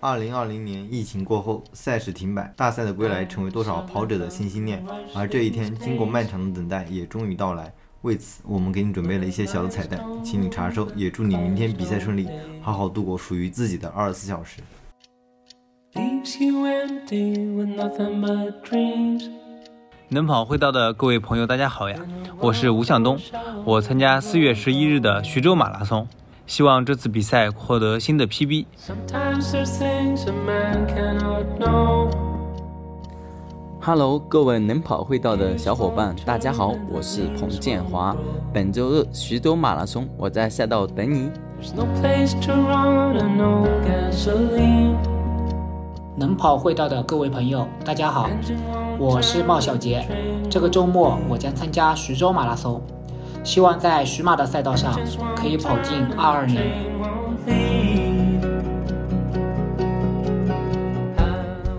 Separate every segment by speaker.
Speaker 1: 二零二零年疫情过后，赛事停摆，大赛的归来成为多少跑者哎的心心念。而这一天，经过漫长的等待，也终于到来。为此，我们给你准备了一些小的彩蛋，请你查收。也祝你明天比赛顺利，好好度过属于自己的二十四小时。
Speaker 2: Leaves you empty with nothing but dreams.
Speaker 3: 能跑会道的各位朋友，大家好呀！我是吴向东，我参加四月十一日的徐州马拉松，希望这次比赛获得新的 PB。
Speaker 2: Sometimes there's things a man cannot know.
Speaker 4: Hello，各位能跑会道的小伙伴，大家好，我是彭建华。本周日徐州马拉松，我在赛道等你。
Speaker 2: There's no place to run and no gasoline.
Speaker 5: 能跑会道的各位朋友，大家好，我是冒小杰。这个周末我将参加徐州马拉松，希望在徐马的赛道上可以跑进二二年。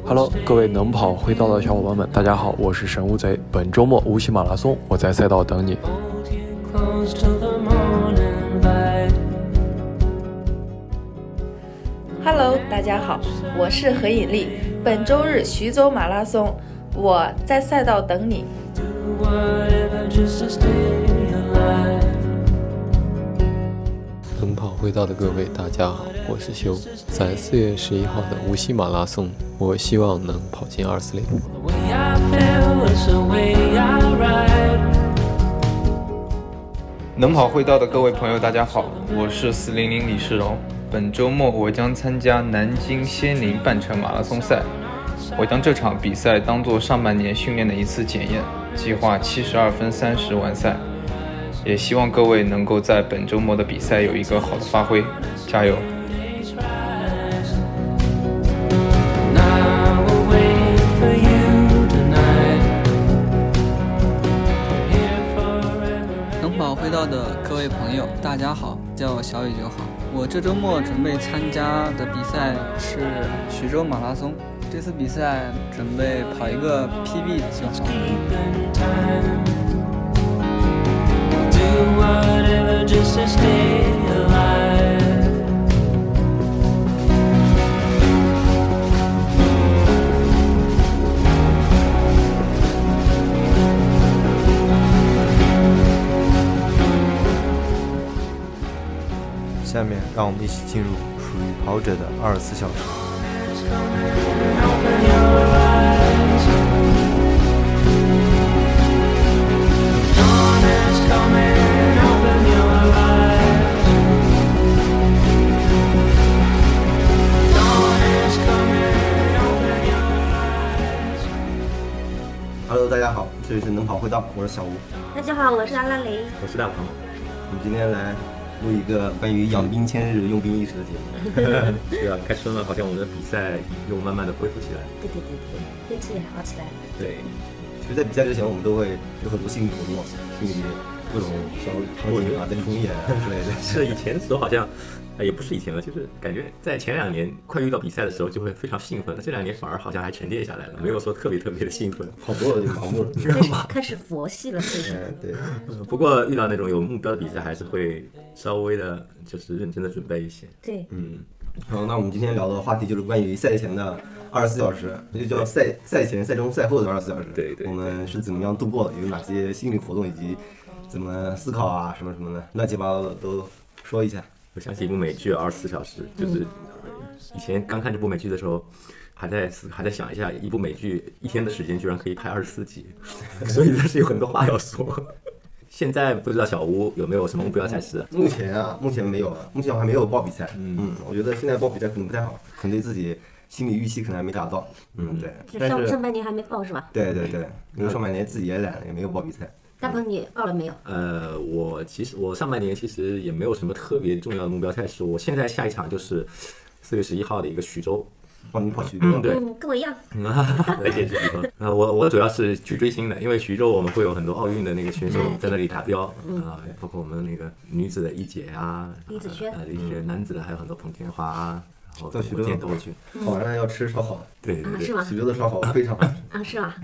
Speaker 6: Hello，各位能跑会道的小伙伴们，大家好，我是神乌贼。本周末无锡马拉松，我在赛道等你。
Speaker 2: Hold you close till the morning light.
Speaker 7: Hello，大家好，我是何引力。本周日徐州马拉松，我在赛道等你。
Speaker 2: Do whatever just to stay alive.
Speaker 8: 奔跑会道的各位，大家好，我是修。在四月十一号的无锡马拉松，我希望能跑进二四零。
Speaker 2: The way I feel is the way I ride.
Speaker 9: 能跑会道的各位朋友，大家好，我是四零零李世荣。本周末我将参加南京仙林半程马拉松赛，我将这场比赛当做上半年训练的一次检验，计划七十二分三十完赛。也希望各位能够在本周末的比赛有一个好的发挥，加油！
Speaker 2: Days rise. And I will wait for you tonight. Here forever.
Speaker 10: 能跑会道的各位朋友，大家好，叫我小雨就好。我这周末准备参加的比赛是徐州马拉松，这次比赛准备跑一个 PB 就好。
Speaker 2: Do whatever just to stay alive.
Speaker 1: 下面，让我们一起进入属于跑者的二十四小时。
Speaker 11: Hello，大家好，这里是能跑会道，我是小吴。
Speaker 12: 大家好，我是阿拉蕾。
Speaker 11: 我是大鹏。我们今天来录一个关于养兵千日、用兵一时的节目。
Speaker 13: 对啊，开春了，好像我们的比赛又慢慢的恢复起来。
Speaker 12: 对对对对，天气也好起来了。
Speaker 13: 对，
Speaker 11: 其实，在比赛之前，我们都会有很多心理活动，心理各种小场景啊，再重演啊之类的。
Speaker 13: 是以前的时候好像，呃也不是以前了，就是感觉在前两年快遇到比赛的时候就会非常兴奋，那这两年反而好像还沉淀下来了，没有说特别特别的兴奋。
Speaker 11: 跑多了就麻木了。
Speaker 12: 开始开始佛系 了，是不是？
Speaker 11: 嗯，对。
Speaker 13: 呃不过遇到那种有目标的比赛，还是会稍微的，就是认真的准备一些。
Speaker 12: 对，
Speaker 13: 嗯，
Speaker 11: 好，那我们今天聊的话题就是关于赛前的二十四小时，就叫赛赛前、赛中、赛后的二十四小时。
Speaker 13: 对对
Speaker 11: 我们是怎么样度过的？有哪些心理活动以及怎么思考啊，什么什么的，乱七八糟的都说一下。
Speaker 13: 我想起一部美剧《二十四小时》，就是呃以前刚看这部美剧的时候，还在思还在想一下，一部美剧一天的时间居然可以拍二十四集，所以它是有很多话要说。现在不知道小吴有没有什么目标赛事？
Speaker 11: 目前啊，目前没有，啊，目前我还没有报比赛。嗯，我觉得现在报比赛可能不太好，可能对自己心理预期可能还没达到。嗯，对。
Speaker 12: 这
Speaker 11: 但
Speaker 12: 上上
Speaker 11: 是，
Speaker 12: 半年还没报是吧？
Speaker 11: 对对对，因为上半年自己也懒，也没有报比赛。
Speaker 12: 大鹏，你报了没有？
Speaker 13: 呃，我其实我上半年其实也没有什么特别重要的目标赛事，我现在下一场就是四月十一号的一个徐州，
Speaker 11: 帮你跑许多。
Speaker 13: 对，
Speaker 12: 嗯，跟我一样。
Speaker 13: 来解释比 方。呃，我我主要是去追星的，因为徐州我们会有很多奥运的那个选手在那里达标啊、包括我们那个女子的一姐啊，
Speaker 12: 嗯
Speaker 13: 呃
Speaker 12: 李子轩嗯
Speaker 13: 呃，李子轩，男子的还有很多彭天华啊，然后
Speaker 11: 到徐
Speaker 13: 我
Speaker 11: 州
Speaker 13: 见都会去。
Speaker 11: 好晚上要吃烧烤，
Speaker 13: 对对
Speaker 12: 嗯啊
Speaker 13: 对，
Speaker 12: 是吗
Speaker 11: 徐州的烧烤非常好吃。
Speaker 12: 啊，是吧？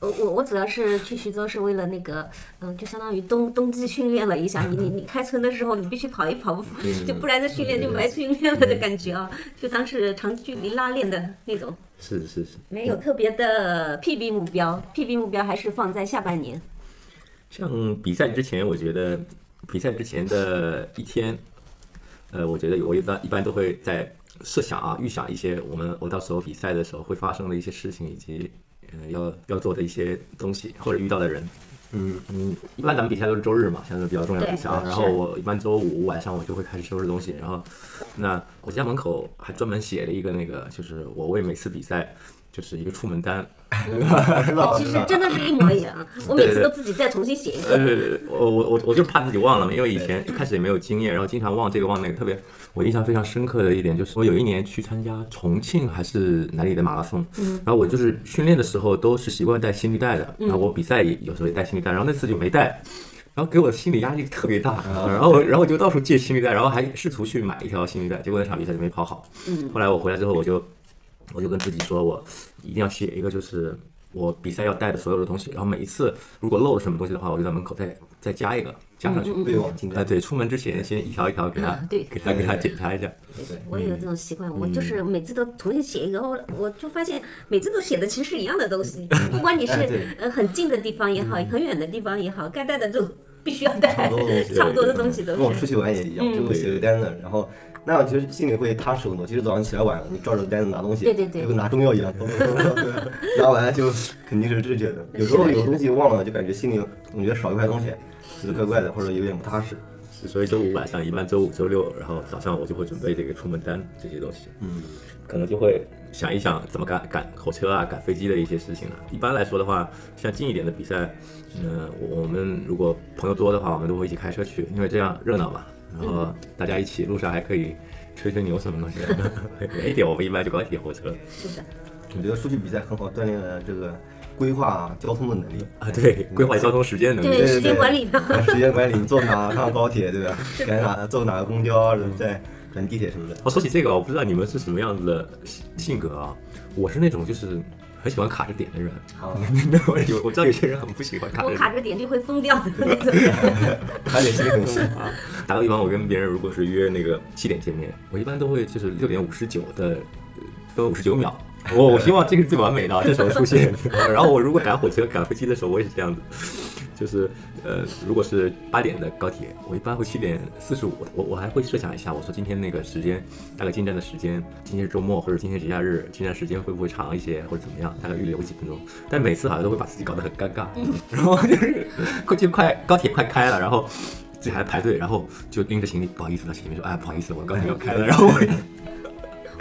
Speaker 12: 我我我主要是去徐州是为了那个，嗯，就相当于冬冬季训练了一下。你你你开春的时候，你必须跑一跑
Speaker 13: 嗯，
Speaker 12: 就不然这训练就白训练了的感觉啊，就当是长距离拉练的那种。
Speaker 13: 是是是，
Speaker 12: 没有特别的 PB 目标，PB 目标还是放在下半年。
Speaker 13: 像比赛之前，我觉得比赛之前的一天，呃，我觉得我一般一般都会在设想啊，预想一些我们我到时候比赛的时候会发生的一些事情，以及呃要要做的一些东西或者遇到的人。嗯嗯，一般咱们比赛都是周日嘛，相对比较重要的比赛啊。
Speaker 11: 对
Speaker 13: 然后
Speaker 11: 是
Speaker 13: 我一般周五晚上我就会开始收拾东西，然后那我家门口还专门写了一个那个，就是我为每次比赛就是一个出门单。
Speaker 12: 其实真的是一模一样，我每次都自己再重新写一个。
Speaker 13: 呃，我我我我就怕自己忘了，因为以前一开始也没有经验，然后经常忘这个忘那个。特别我印象非常深刻的一点就是，我有一年去参加重庆还是哪里的马拉松，
Speaker 11: 嗯
Speaker 13: 然后我就是训练的时候都是习惯带心率带的，
Speaker 11: 嗯
Speaker 13: 然后我比赛也有时候也带心率带，然后那次就没带。然后给我的心理压力特别大，
Speaker 12: 啊
Speaker 13: 然后然后就到处借心率带，然后还试图去买一条心率带，结果那场比赛就没跑好。
Speaker 11: 嗯
Speaker 13: 后来我回来之后，我就我就跟自己说，我一定要写一个，就是我比赛要带的所有的东西。然后每一次如果漏了什么东西的话，我就在门口再再加一个，加上去。
Speaker 12: 嗯嗯嗯备忘清
Speaker 13: 啊，对，出门之前先一条一条给他
Speaker 12: 啊，对
Speaker 13: 给他给他检查一下。
Speaker 12: 我也有这种习惯，我
Speaker 13: 嗯
Speaker 12: 就是每次都重新写一个，后来我就发现每次都写的其实是一样的东西，不管你是
Speaker 13: 哎对
Speaker 12: 呃很近的地方也好，很远的地方也好，该带的就必须要带
Speaker 11: 差不多的东西，，
Speaker 12: 差不多的东西都
Speaker 11: 跟我
Speaker 12: 是嗯
Speaker 11: 出。去玩也一样，就会写个单子，然后那样其实心里会踏实很多。其实早上起来晚了，你照着单子拿东西，
Speaker 12: 对对对
Speaker 11: 就跟拿中药一 样，咚咚咚咚咚拿完就肯定是正确的。有时候有东西忘了，就感觉心里总觉得少一块东西，觉得怪怪的，或者有点不踏实。
Speaker 13: 所以周五晚上一般周五、周六，然后早上我就会准备这个出门单这些东西。
Speaker 11: 嗯，
Speaker 13: 可能就会想一想怎么赶赶火车啊、赶飞机的一些事情了、一般来说的话，像近一点的比赛，嗯、我我们如果朋友多的话，我们都会一起开车去，因为这样热闹嘛。然后大家一起路上还可以吹吹牛什么东西的。 远一点，我们一般就搞铁火车。
Speaker 12: 是的，
Speaker 11: 我觉得出去比赛很好，锻炼了这个规划交通的能力
Speaker 13: 啊，对，规划交通时间能力对时间管理
Speaker 11: 啊时间管理，你坐哪趟高铁对吧？该哪坐哪个公交，对不对？转地铁什么的。
Speaker 13: 哦，说起这个，我不知道你们是什么样子的性性格啊。我是那种就是很喜欢卡着点的人。 我有我知道有些人很不喜欢卡着
Speaker 12: 我
Speaker 13: 点。
Speaker 12: 卡着点就会疯掉的那种。
Speaker 13: 而且心里很细啊。打个比方，我跟别人如果是约那个七点见面，我一般都会就是六点五十九的呃分五十九秒。我我希望这个是最完美的啊，这时候出现。 然后我如果赶火车、赶飞机的时候，我也是这样子，就是呃，如果是八点的高铁，我一般会七点四十五，我我还会设想一下，我说今天那个时间，大概进站的时间，今天是周末或者今天节假日，进站时间会不会长一些或者怎么样，大概预留几分钟。但每次好像都会把自己搞得很尴尬， 然后就是快就快高铁快开了，然后自己还排队，然后就拎着行李，不好意思到前面说，哎，不好意思，我高铁要开了，然后我
Speaker 12: 我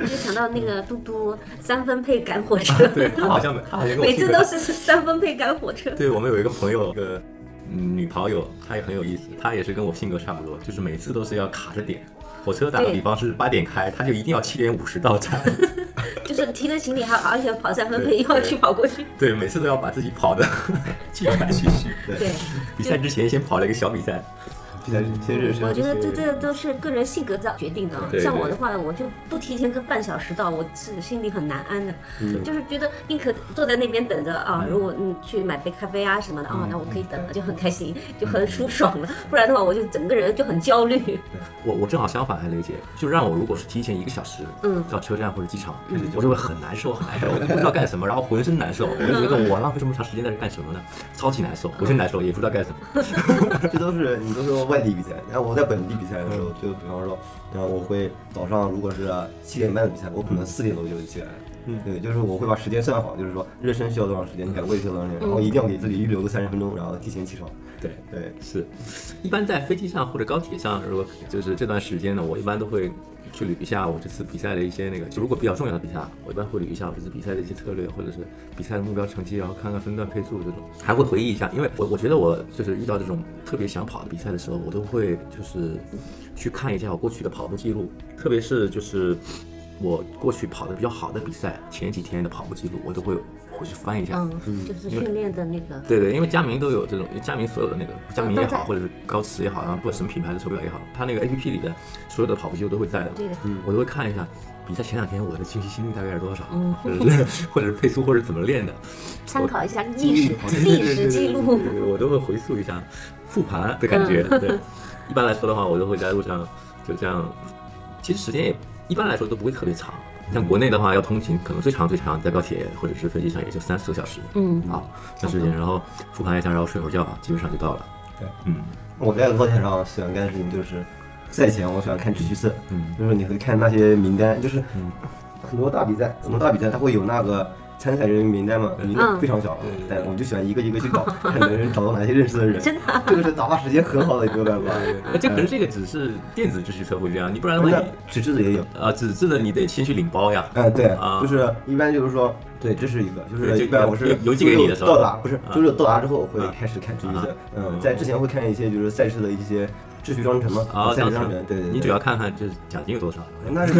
Speaker 12: 就想到那个嘟嘟三分配赶火 车，
Speaker 13: 对 他好像没他好像跟我
Speaker 12: 每
Speaker 13: 去
Speaker 12: 次
Speaker 13: 过
Speaker 12: 都是三分配赶火车。
Speaker 13: 对我们有一个朋友，一个嗯女跑友，她也很有意思，她也是跟我性格差不多，就是每次都是要卡着点。火车打个
Speaker 12: 对
Speaker 13: 比方是八点开，她就一定要七点五十到站，
Speaker 12: 就是提着行李还而且跑三分配，又要去跑过去。
Speaker 13: 对，每次都要把自己跑 的气喘吁吁。
Speaker 12: 对
Speaker 13: 比赛之前先跑了一个小比赛，
Speaker 11: 比赛先热身
Speaker 12: 我觉得这这都是个人性格造决定的啊。
Speaker 13: 对对
Speaker 12: 像我的话，我就不提前个半小时到，我是心里很难安的，
Speaker 13: 嗯
Speaker 12: 就是觉得宁可坐在那边等着啊。
Speaker 13: 嗯
Speaker 12: 如果你去买杯咖啡啊什么的啊，那我可以等了，就很开心，就
Speaker 13: 嗯
Speaker 12: 很舒爽了。 不然的话，我就整个人就很焦虑。
Speaker 13: 我我正好相反，雷姐，就让我如果是提前一个小时，
Speaker 12: 嗯
Speaker 13: 到车站或者机场，
Speaker 12: 嗯
Speaker 13: 我就会很难受，很难受，我就不知道干什么，然后浑身难受，我就觉
Speaker 12: 嗯
Speaker 13: 得我浪费这么长时间在这干什么呢？超级难受，浑身难受，也不知道干什么。
Speaker 11: 这都是你都说外地比赛，然后我在本地比赛的时候，就比方说，然后我会早上如果是七点半的比赛，我可能四点多就起来了。
Speaker 13: 嗯
Speaker 11: 对，就是我会把时间算好，就是说热身需要多长时间，赶位需要多长时间，然后一定要给自己预留个三十分钟，然后提前起床。
Speaker 13: 对
Speaker 11: 对，
Speaker 13: 是。一般在飞机上或者高铁上，如果就是这段时间呢，我一般都会去捋一下我这次比赛的一些那个，就如果比较重要的比赛，我一般会捋一下我这次比赛的一些策略，或者是比赛的目标成绩，然后看看分段配速这种，还会回忆一下，因为我我觉得我就是遇到这种特别想跑的比赛的时候，我都会就是去看一下我过去的跑步记录，特别是就是。我过去跑的比较好的比赛，前几天的跑步记录，我都会回去翻一下。
Speaker 12: 嗯，就是
Speaker 13: 因为
Speaker 12: 训练的那个。
Speaker 13: 对对，因为佳明都有这种，佳明所有的那个佳明也好，
Speaker 12: 都在
Speaker 13: 或者是高驰也好，然后不管什么品牌的手表也好，它那个 A P P 里的所有的跑步记录都会在的。
Speaker 12: 对的
Speaker 13: 嗯，我都会看一下。比赛前两天我的清晰心率大概是多少，
Speaker 12: 嗯
Speaker 13: 或者是或者是配速或者怎么练的，
Speaker 12: 参考一下历史
Speaker 13: 我
Speaker 12: 历史
Speaker 13: 对对对
Speaker 12: 记录
Speaker 13: 对，对对我都会回溯一下复盘的感觉。
Speaker 12: 嗯
Speaker 13: 对，一般来说的话，我都会在路上就这样，其实时间也一般来说都不会特别长。像国内的话，要通勤，可能最长最长在高铁或者是飞机上也就三四个小时，
Speaker 12: 嗯
Speaker 13: 啊，那时间，然后复盘一下，然后睡会儿觉，基本上就到了。
Speaker 11: 对，
Speaker 13: 嗯，
Speaker 11: 我在高铁上喜欢干的事情就是，赛前我喜欢看秩序册，
Speaker 13: 嗯，
Speaker 11: 就是你会看那些名单，就是很多大比赛，很多大比赛它会有那个参赛人名单嘛，名单非常小，但我们就喜欢一个一个去找，看能找到哪些认识的 人，真的，这个是打发时间很好的一个办法。
Speaker 13: 那这可是这个只是电子秩序册会这样，你不然的话
Speaker 11: 那
Speaker 13: 你
Speaker 11: 纸质的也有
Speaker 13: 啊，纸质的你得先去领包呀。
Speaker 11: 嗯，对，
Speaker 13: 啊，
Speaker 11: 就是一般就是说，对，这是一个，就
Speaker 13: 对
Speaker 11: 是
Speaker 13: 就
Speaker 11: 一般我是
Speaker 13: 邮邮寄给你的时候
Speaker 11: 到达不是
Speaker 13: 啊，
Speaker 11: 就是到达之后会开始看秩序赛，嗯，在之前会看一些就是赛事的一些秩序章程嘛，
Speaker 13: 啊，
Speaker 11: 赛
Speaker 13: 奖
Speaker 11: 事
Speaker 13: 金
Speaker 11: 章程，对对对，
Speaker 13: 你主要看看就是奖金有多少。
Speaker 11: 那 是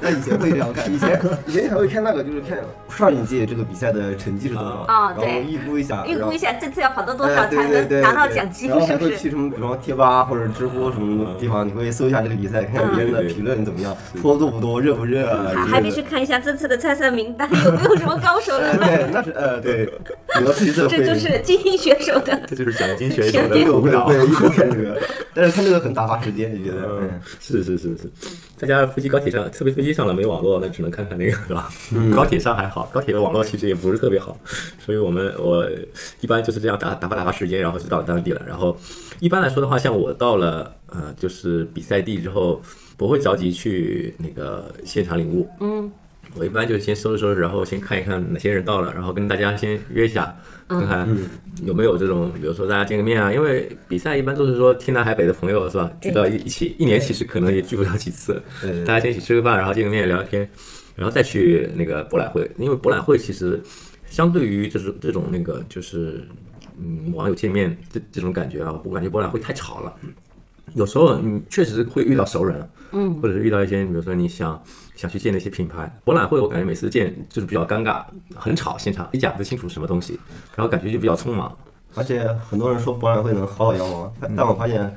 Speaker 11: 那以前会这样看，以前以前还会看那个，就是看上一届这个比赛的成绩是多少，
Speaker 12: 啊
Speaker 11: 然后
Speaker 12: 对
Speaker 11: 预估一下，
Speaker 12: 预估一下这次要跑到多
Speaker 11: 然后。
Speaker 12: 少
Speaker 11: 哎，对
Speaker 12: 才
Speaker 11: 对对，
Speaker 12: 能拿到
Speaker 11: 对
Speaker 12: 奖金
Speaker 11: 然，后
Speaker 12: 是
Speaker 11: 还
Speaker 12: 不
Speaker 11: 会
Speaker 12: 是？嗯
Speaker 11: 去什么，比方说贴吧或者知乎什么地方，你会搜一下这个比赛，看看别人的评论怎么样，坡度不多，热不热啊？
Speaker 12: 还
Speaker 11: 之
Speaker 12: 嗯还
Speaker 11: 类
Speaker 12: 得
Speaker 11: 的
Speaker 12: 去看一下这次的参赛名 单有没有什么高手
Speaker 11: 哎
Speaker 12: 了。
Speaker 11: 对，那是呃 对，有了自己的
Speaker 12: 这就是精英选手的，
Speaker 13: 这就是奖金
Speaker 12: 选手的
Speaker 11: 对，
Speaker 13: 苦
Speaker 11: 会
Speaker 13: 恼
Speaker 11: 会一直 看这个，但是看这个很打发时间，你觉得？嗯，
Speaker 13: 是是是是，再加上飞机高铁上，特别飞机上了没网络，那只能看看那个是吧？
Speaker 11: 嗯
Speaker 13: 高铁上还好，高铁的网络其实也不是特别好，所以我们我一般就是这样打打发打发时间，然后就到当地了。然后一般来说的话，像我到了呃就是比赛地之后，不会着急去那个现场领物，
Speaker 12: 嗯，
Speaker 13: 我一般就先收拾收拾，然后先看一看哪些人到了，然后跟大家先约一下，
Speaker 12: 嗯
Speaker 13: 看看有没有这种，比如说大家见个面啊，因为比赛一般都是说天南海北的朋友是吧？
Speaker 12: 对
Speaker 13: 聚到一一起，一年其实可能也聚不到几次，大家先一起吃个饭，然后见个面聊天，然后再去那个博览会，因为博览会其实相对于就是这种那个就是嗯网友见面这这种感觉啊，我感觉博览会太吵了，有时候你确实会遇到熟人啊。
Speaker 12: 嗯
Speaker 13: 或者是遇到一些，比如说你想想去见的一些品牌博览会，我感觉每次见就是比较尴尬，很吵，现场一讲不清楚什么东西，然后感觉就比较匆忙。
Speaker 11: 而且很多人说博览会能薅到羊毛，但但我发现，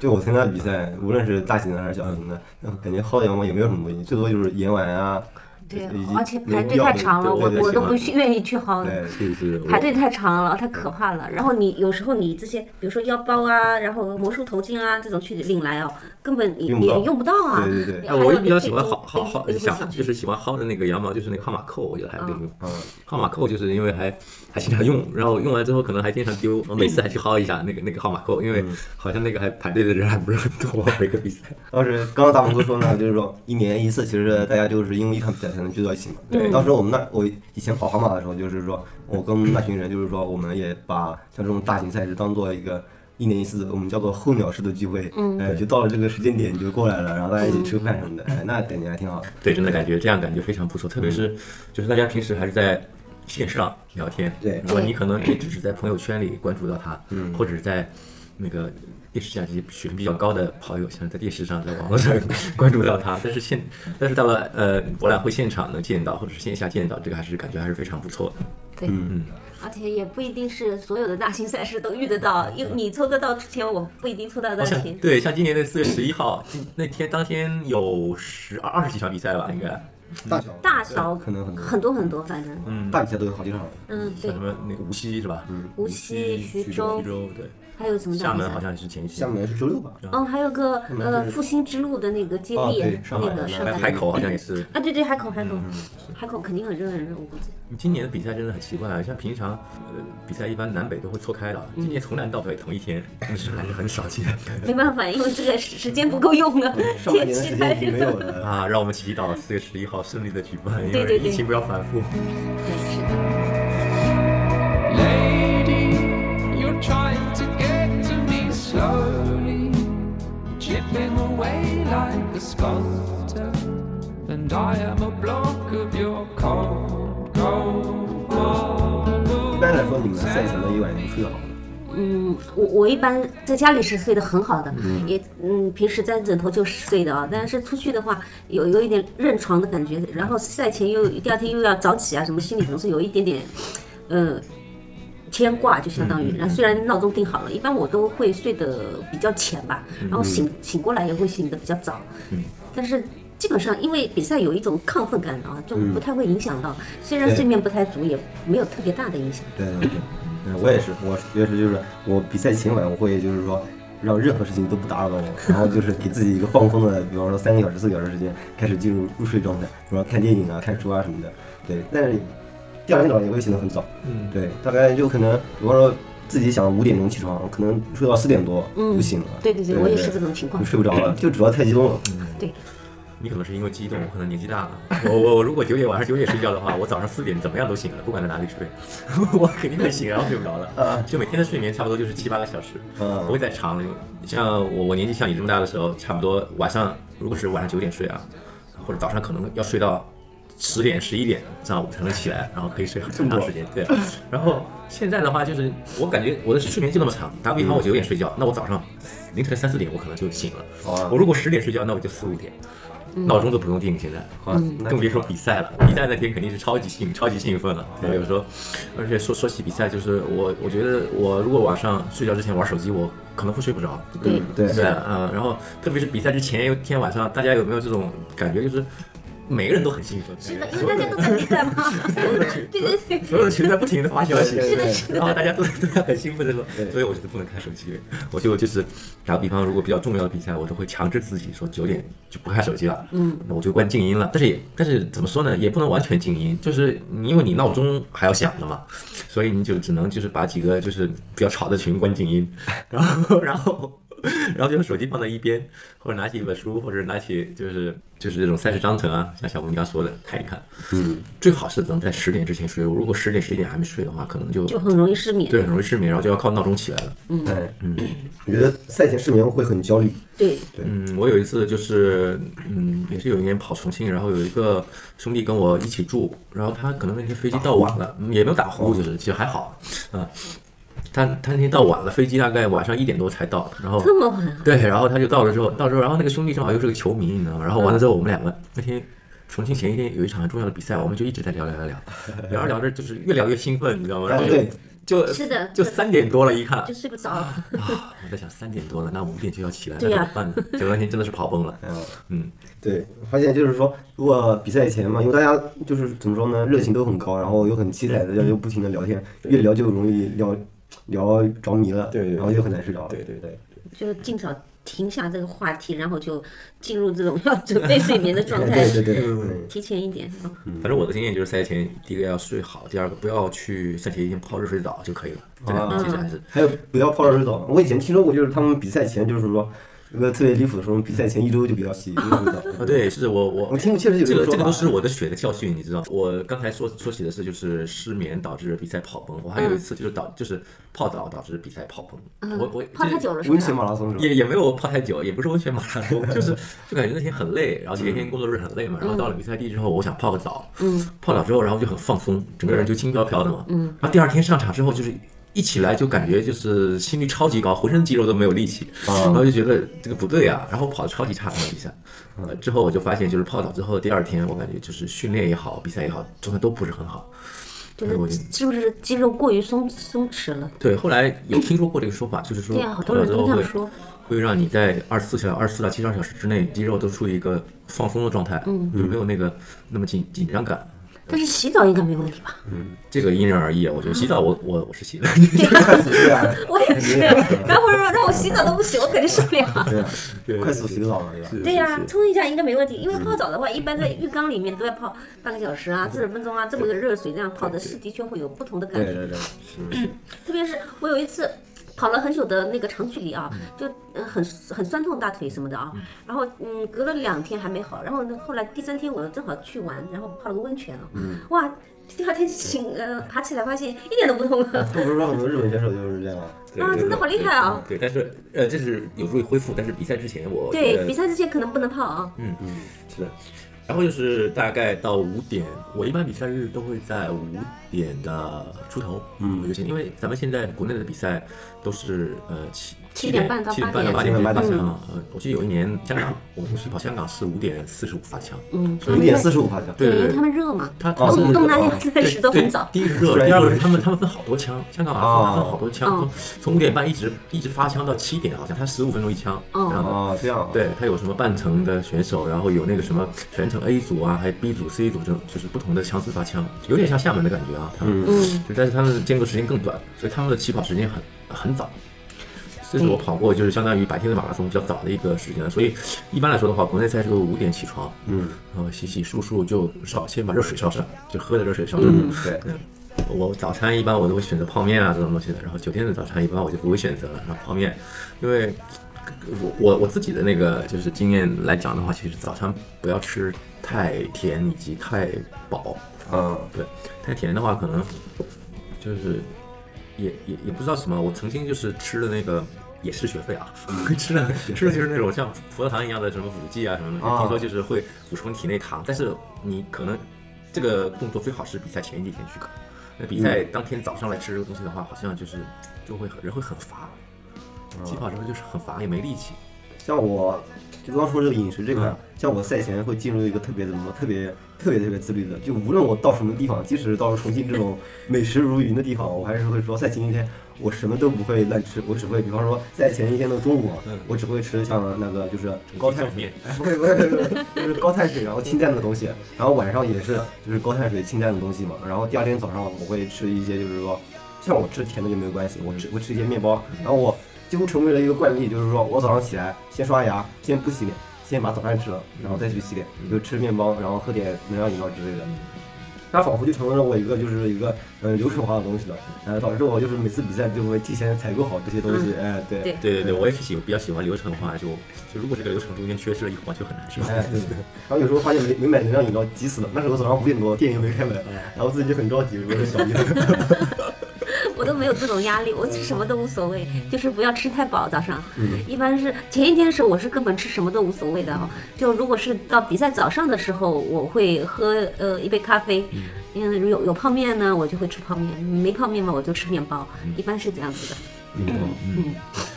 Speaker 11: 就我参加的比赛，无论是大型的还是小型的，感觉薅羊毛也没有什么东西，最多就是演完啊。
Speaker 12: 对
Speaker 11: 以及，
Speaker 12: 而且排
Speaker 11: 联
Speaker 12: 队
Speaker 11: 谊啊
Speaker 12: 太长了，
Speaker 11: 对
Speaker 12: 我
Speaker 11: 对对
Speaker 12: 我都不去愿意去薅的。
Speaker 11: 对，
Speaker 13: 是是
Speaker 12: 排队太长了，太可怕了。然后你有时候你这些，比如说腰包啊，然后魔术头巾啊这种去领来哦，根本你
Speaker 13: 用不
Speaker 12: 也
Speaker 13: 到
Speaker 12: 用不到啊。
Speaker 13: 对对对，
Speaker 12: 还有
Speaker 13: 哎我
Speaker 12: 你
Speaker 13: 比较喜
Speaker 12: 最
Speaker 13: 欢
Speaker 12: 多
Speaker 13: 薅薅
Speaker 12: 背
Speaker 13: 薅，
Speaker 12: 不
Speaker 13: 想
Speaker 12: 上
Speaker 13: 就是喜欢薅的那个羊毛，就是那个号码扣，我觉得还有
Speaker 12: 嗯
Speaker 13: 那个号码扣，就是因为还还经常用，然后用完之后可能还经常丢，我每次还去薅一下那个那个号码扣，因为
Speaker 12: 嗯
Speaker 13: 好像那个还排队的人还不是很多， 每个比赛。
Speaker 11: 当时刚刚大鹏哥说呢，就是说一年一次，其实大家就是因为一场比赛才能聚到一起嘛。
Speaker 13: 对
Speaker 11: 当时我们那我以前跑杭马的时候，就是说我跟那群人，就是说我们也把像这种大型赛事当做一个。一年一次，我们叫做候鸟式的聚会，
Speaker 13: 嗯
Speaker 11: 呃，就到了这个时间点你就过来了，然后大家一起吃饭什么的，
Speaker 12: 嗯
Speaker 11: 哎，那感觉还挺好的。
Speaker 13: 对，真的感觉这样感觉非常不错，特别
Speaker 11: 嗯
Speaker 13: 是就是大家平时还是在线上聊天，
Speaker 11: 对
Speaker 13: 然后你可能也只是在朋友圈里关注到他，
Speaker 11: 嗯
Speaker 13: 或者是在那个电视上水平比较高的跑友，像在电视上、在网络上 关注到他，但是现但是到了呃博览会现场能见到，或者是线下见到，这个还是感觉还是非常不错的。
Speaker 12: 对
Speaker 13: 嗯嗯，
Speaker 12: 而且也不一定是所有的大型赛事都遇得到，因为你抽得到之前，我不一定抽得到
Speaker 13: 好像
Speaker 12: 前。
Speaker 13: 对，像今年的四月十一号那天，当天有十二二十几场比赛吧，应该。
Speaker 11: 大小
Speaker 12: 大小
Speaker 11: 可能很多
Speaker 12: 很多很多，反正
Speaker 13: 嗯，
Speaker 11: 大比赛都有好几场。
Speaker 12: 嗯对
Speaker 13: 像什么那个无锡是吧？嗯，
Speaker 12: 无锡
Speaker 13: 徐
Speaker 12: 徐
Speaker 13: 州、
Speaker 12: 州
Speaker 13: 徐州对，
Speaker 12: 还有什么大
Speaker 13: 厦
Speaker 12: 比
Speaker 13: 门
Speaker 12: 赛
Speaker 13: 好像也是前一期，
Speaker 11: 厦门是周六吧？
Speaker 12: 哦，还有个
Speaker 13: 他们
Speaker 12: 呃
Speaker 13: 是
Speaker 12: 复兴之路的那个接
Speaker 11: 啊
Speaker 13: 哦
Speaker 12: 力，啊
Speaker 13: 对上海
Speaker 12: 那个
Speaker 13: 的
Speaker 12: 上
Speaker 13: 海
Speaker 12: 海
Speaker 13: 海口好像也是
Speaker 12: 啊，对对，海口海口海口肯定很热很热，我估计。
Speaker 13: 今年的比赛真的很奇怪啊，像平常呃比赛一般南北都会错开的，今年从南到北同一天，真的是还是很少见。
Speaker 12: 没办法，因为这个时时间不够用了，天气太热了。
Speaker 13: 了 啊！让我们祈祷四月十一号顺利的举办，因
Speaker 12: 对对
Speaker 13: 为
Speaker 12: 对
Speaker 13: 疫情不要反复。
Speaker 2: Lady, you're trying to get to me slowly, chipping away like a sculptor, and I am a block of your cold, cold marble.
Speaker 11: 一般来说，你们赛前的一晚能睡得好吗？
Speaker 12: 嗯，我我一般在家里是睡得很好的，
Speaker 11: 嗯
Speaker 12: 也嗯平时在枕头就是睡的啊，但是出去的话有有一点认床的感觉，然后赛前又第二天又要早起啊，什么心里总是有一点点，呃。牵挂就相当于，然后虽然闹钟定好了，一般我都会睡得比较浅吧，然后醒醒过来也会醒得比较早，但是基本上因为比赛有一种亢奋感啊，就
Speaker 11: 嗯
Speaker 12: 不太会影响到。虽然
Speaker 11: 对
Speaker 12: 睡眠不太足，也没有特别大的影响。
Speaker 11: 对对对，嗯，我也是，我也是，就是我比赛前晚我会就是说让任何事情都不打扰到我，然后就是给自己一个放松的，比方说三个小时、四个小时时间，开始进入入睡状态，比方看电影啊、看书啊什么的。对，但是第二天早上也会醒得很早，
Speaker 6: 嗯
Speaker 11: 对，大概就可能比方说自己想五点钟起床，可能睡到四点多
Speaker 12: 嗯
Speaker 11: 就醒了。
Speaker 12: 对对对
Speaker 11: 对，
Speaker 12: 我也是这种情况嗯
Speaker 11: 就睡不着了，就主要太激动了。
Speaker 12: 对，
Speaker 13: 你可能是因为激动，我可能年纪大了。我我我如果九点晚上九点睡觉的话，我早上四点怎么样都醒了，不管在哪里睡， 我肯定会醒，然后睡不着了。就每天的睡眠差不多就是七八个小时，
Speaker 11: 嗯
Speaker 13: 不
Speaker 12: 嗯
Speaker 13: 会再长了。像我我年纪像你这么大的时候，差不多晚上如果是晚上九点睡啊，或者早上可能要睡到十点十一点，这样我才能起来，然后可以睡很长时间。对，然后现在的话就是，我感觉我的睡眠就那么长。打个比方，我九点睡觉，那我早上凌晨三四点我可能就醒了。我如果十点睡觉，那我就四五点。
Speaker 6: 嗯
Speaker 13: 闹钟都不用定，现在
Speaker 6: 嗯
Speaker 13: 更别说比赛了。比赛那天肯定是超级兴、超级兴奋了。我有时候，而且说说起比赛，就是我我觉得我如果晚上睡觉之前玩手机，我可能会睡不着。
Speaker 11: 对对
Speaker 13: 是的嗯。然后特别是比赛之前一天晚上，大家有没有这种感觉？就是每个人都很兴奋，
Speaker 12: 是的，因为大家都在比赛嘛。对对对。
Speaker 13: 所有的群在不停的发消息，
Speaker 12: 是的是的
Speaker 13: 然后大家都都在很兴奋的说，所以我觉得不能看手机，我就就是打个比方，如果比较重要的比赛，我都会强制自己说九点就不看手机了，
Speaker 6: 嗯
Speaker 13: 那我就关静音了。但是也但是怎么说呢，也不能完全静音，就是你因为你闹钟还要响的嘛，所以你就只能就是把几个就是比较吵的群关静音，然后 然后。然后就把手机放在一边，或者拿起一本书，或者拿起就是就是这种赛事章程啊，像小吴你刚说的看一看，
Speaker 11: 嗯，
Speaker 13: 最好是能在十点之前睡。如果十点十一点还没睡的话，可能就
Speaker 12: 就很容易失眠。
Speaker 13: 对很容易失眠，然后就要靠闹钟起来了。
Speaker 12: 嗯
Speaker 11: 哎，嗯，我觉得赛前睡眠会很焦虑。
Speaker 12: 对，
Speaker 13: 嗯，我有一次就是，嗯，也是有一年跑重庆，然后有一个兄弟跟我一起住，然后他可能那天飞机到晚了，嗯也没有打呼，就是其实还好，嗯，他他那天到晚了，飞机大概晚上一点多才到，然后
Speaker 12: 这么晚啊
Speaker 13: 对，然后他就到了之后，到之后，然后那个兄弟正好又是个球迷，你知道吗？然后完了之后，我们两个那天重庆前一天有一场很重要的比赛，我们就一直在聊聊聊聊，聊着聊着就是越聊越兴奋，你知道吗？然后就
Speaker 11: 对
Speaker 13: 就是
Speaker 12: 的
Speaker 13: 就三点多了，一看
Speaker 12: 就睡不着。
Speaker 13: 我在想三点多了，那五点就要起来，那
Speaker 12: 对
Speaker 13: 怎
Speaker 12: 呀
Speaker 13: 么办呢？整个天真的是跑崩了。嗯，
Speaker 11: 对，发现就是说，如果比赛前嘛，因为大家就是怎么说呢，热情都很高，然后又很期待，大家又不停的聊天，越聊就容易聊聊着迷了，对，然后就很难睡着了。对对对，
Speaker 12: 就尽早停下这个话题，然后就进入这种要准备睡眠的状态。
Speaker 11: 哎对对对
Speaker 13: 嗯
Speaker 12: 提前一点。嗯
Speaker 13: 反正我的经验就是赛前第一个要睡好，第二个不要去赛前一天泡热水澡就可以了。这两个其实还是
Speaker 11: 还有不要泡热水澡。我以前听说过，就是他们比赛前就是说，有个特别离谱的说，比赛前一周就不要洗热水澡。
Speaker 13: 啊，对，是我我
Speaker 11: 我听过确实有
Speaker 13: 这
Speaker 11: 种说
Speaker 13: 个
Speaker 11: 啊
Speaker 13: 这个
Speaker 11: 法
Speaker 13: 都是我的血的教训，你知道。我刚才说说起的是就是失眠导致比赛跑崩，我还有一次就是导就是泡澡导致比赛跑崩。
Speaker 12: 嗯
Speaker 13: 我我
Speaker 12: 泡太久了是吧
Speaker 11: 温泉马拉松是吧？
Speaker 13: 也也没有泡太久，也不是温泉马拉松，就是就感觉那天很累，然后前一天工作日很累嘛，然后到了比赛地之后，我想泡个澡，
Speaker 12: 嗯
Speaker 13: 泡澡之后，然后就很放松，整个人就轻飘飘的嘛。
Speaker 12: 嗯
Speaker 13: 然后第二天上场之后，就是一起来就感觉就是心率超级高，浑身肌肉都没有力气，
Speaker 11: 啊
Speaker 13: 然后就觉得这个不对啊，然后跑的超级差那个比赛。呃，之后我就发现，就是泡澡之后第二天，我感觉就是训练也好，比赛也好，状态都不是很好。
Speaker 12: 就
Speaker 13: 哎我
Speaker 12: 是
Speaker 13: 就是
Speaker 12: 不是肌肉过于松松弛了？
Speaker 13: 对，后来有听说过这个说法，就是说
Speaker 12: 对啊，好
Speaker 13: 泡
Speaker 12: 多
Speaker 13: 澡
Speaker 12: 人
Speaker 13: 之
Speaker 12: 都
Speaker 13: 后
Speaker 12: 这样
Speaker 13: 会
Speaker 12: 说。
Speaker 13: 会让你在二十四小二十四到七十二小时之内，肌肉都处于一个放松的状态，
Speaker 12: 嗯
Speaker 13: 就没有那个那么紧紧张感。
Speaker 12: 但是洗澡应该没问题吧？
Speaker 13: 嗯，这个因人而异。我觉得洗澡我，我我是洗的，
Speaker 12: 啊
Speaker 11: 啊
Speaker 12: 我也 是，然后让让我洗澡都不行，我肯定受不了。
Speaker 11: 对，啊快速洗澡了，对吧？
Speaker 12: 对呀、冲一下应该没问题，因
Speaker 13: 嗯
Speaker 12: 为泡澡的话，一般在浴缸里面都要泡半个小时啊、四十分钟啊，这么个热水这样泡的，是的确会有不同的感
Speaker 11: 对
Speaker 12: 觉。
Speaker 11: 对对，
Speaker 12: 特别是我有一次跑了很久的那个长距离啊，
Speaker 13: 嗯
Speaker 12: 就呃很很酸痛大腿什么的啊，然后嗯隔了两天还没好，然后呢后来第三天我正好去玩，然后泡了个温泉啊，
Speaker 11: 嗯
Speaker 12: 哇，第二天醒呃爬起来发现一点都不痛了，
Speaker 11: 都不是说很多日本选手就是这样啊。
Speaker 12: 啊真的好厉害啊！
Speaker 13: 对，但是呃，这是有助于恢复，但是比赛之前我觉
Speaker 12: 对，
Speaker 13: 得
Speaker 12: 比赛之前可能不能泡啊，
Speaker 13: 嗯嗯是的。然后就是大概到五点，我一般比赛日都会在五点的出头，嗯，我就先，因为咱们现在国内的比赛都是呃七
Speaker 12: 七点半到
Speaker 13: 七
Speaker 12: 八
Speaker 13: 点半到八点
Speaker 12: 点，
Speaker 13: 半打枪
Speaker 12: 嗯。
Speaker 13: 啊。呃，我记得有一年香港，我们是跑香港是五点四十五发枪，
Speaker 12: 嗯
Speaker 13: 所以
Speaker 11: 5.45发枪
Speaker 13: 对
Speaker 12: 因
Speaker 13: 对
Speaker 12: 为
Speaker 13: 对。
Speaker 12: 他们热嘛，
Speaker 13: 他他
Speaker 12: 动
Speaker 13: 是
Speaker 12: 动 那里
Speaker 13: 对
Speaker 12: 开始都
Speaker 13: 哦对
Speaker 12: 很早。
Speaker 13: 第一个是热，第二个是他们他们分好多枪，香港好像分
Speaker 11: 哦
Speaker 13: 好多枪，
Speaker 12: 嗯
Speaker 13: 从从五点半一直一直发枪到七点，好像他十五分钟一枪。
Speaker 12: 哦
Speaker 13: 然后
Speaker 11: 哦，这样。
Speaker 13: 对，他有什么半程的选手，然后有那个什么全程 A 组啊，还有 B 组、C 组，就就是不同的枪支发枪，有点像厦门的感觉啊。他们
Speaker 11: 嗯
Speaker 13: 就但是他们的间隔时间更短，所以他们的起跑时间很很早。这
Speaker 11: 嗯
Speaker 13: 是我跑过，就是相当于白天的马拉松比较早的一个时间了，所以一般来说的话，国内赛事都五点起床，
Speaker 11: 嗯，
Speaker 13: 然后洗洗漱漱就烧，先把热水烧上，就喝的热水烧上，
Speaker 11: 嗯对
Speaker 13: 我早餐一般我都会选择泡面啊这种东西的，然后酒店的早餐一般我就不会选择了，然后泡面，因为我我我自己的那个就是经验来讲的话，其实早餐不要吃太甜以及太饱，
Speaker 11: 嗯，
Speaker 13: 对，太甜的话可能就是也也也不知道什么，我曾经就是吃的那个。也是学费啊，
Speaker 11: 嗯
Speaker 13: 吃的吃的就是那种像葡萄糖一样的什么补剂啊什么的，
Speaker 11: 啊
Speaker 13: 听说就是会补充体内糖，但是你可能这个动作最好是比赛前几天去搞，那比赛
Speaker 11: 嗯
Speaker 13: 当天早上来吃这个东西的话，好像就是就会很人会很乏，
Speaker 11: 嗯
Speaker 13: 起跑之后就是很乏，也没力气。
Speaker 11: 像我就刚说这个饮食这块，像我赛前会进入一个特别怎么说，特别特别特别自律的，就无论我到什么地方，即使到重庆这种美食如云的地方，我还是会说赛前一天我什么都不会乱吃，我只会比方说赛前一天的中午，我只会吃像那个就是嗯高碳水，哎不会不会不会， 就是高碳水然后清淡的东西，然后晚上也是就是高碳水清淡的东西嘛，然后第二天早上我会吃一些就是说。像我吃甜的就没有关系，我吃我吃一些面包，然后我几乎成为了一个惯例，就是说我早上起来先刷牙，先不洗脸，先把早饭吃了，然后再去洗脸，就吃面包，然后喝点能量饮料之类的。它仿佛就成为了我一个就是一个呃流程化的东西了，呃，导致我就是每次比赛就会提前采购好这些东西，哎，对，
Speaker 13: 对对对，我也是喜比较喜欢流程化，就就如果这个流程中间缺失了一环，就很难受。
Speaker 11: 哎，对对对。 然后有时候发现没没买能量饮料，急死了。那时候早上五点多，店又没开门，
Speaker 12: 嗯
Speaker 11: 然后自己就很着急，我说小姨。
Speaker 12: 我都没有这种压力，我吃什么都无所谓，就是不要吃太饱。早上，
Speaker 11: 嗯
Speaker 12: 一般是前一天的时候，我是根本吃什么都无所谓的哦。就如果是到比赛早上的时候，我会喝呃一杯咖啡，嗯，有有泡面呢，我就会吃泡面；没泡面嘛，我就吃面包，一般是这样子的。
Speaker 13: 嗯嗯，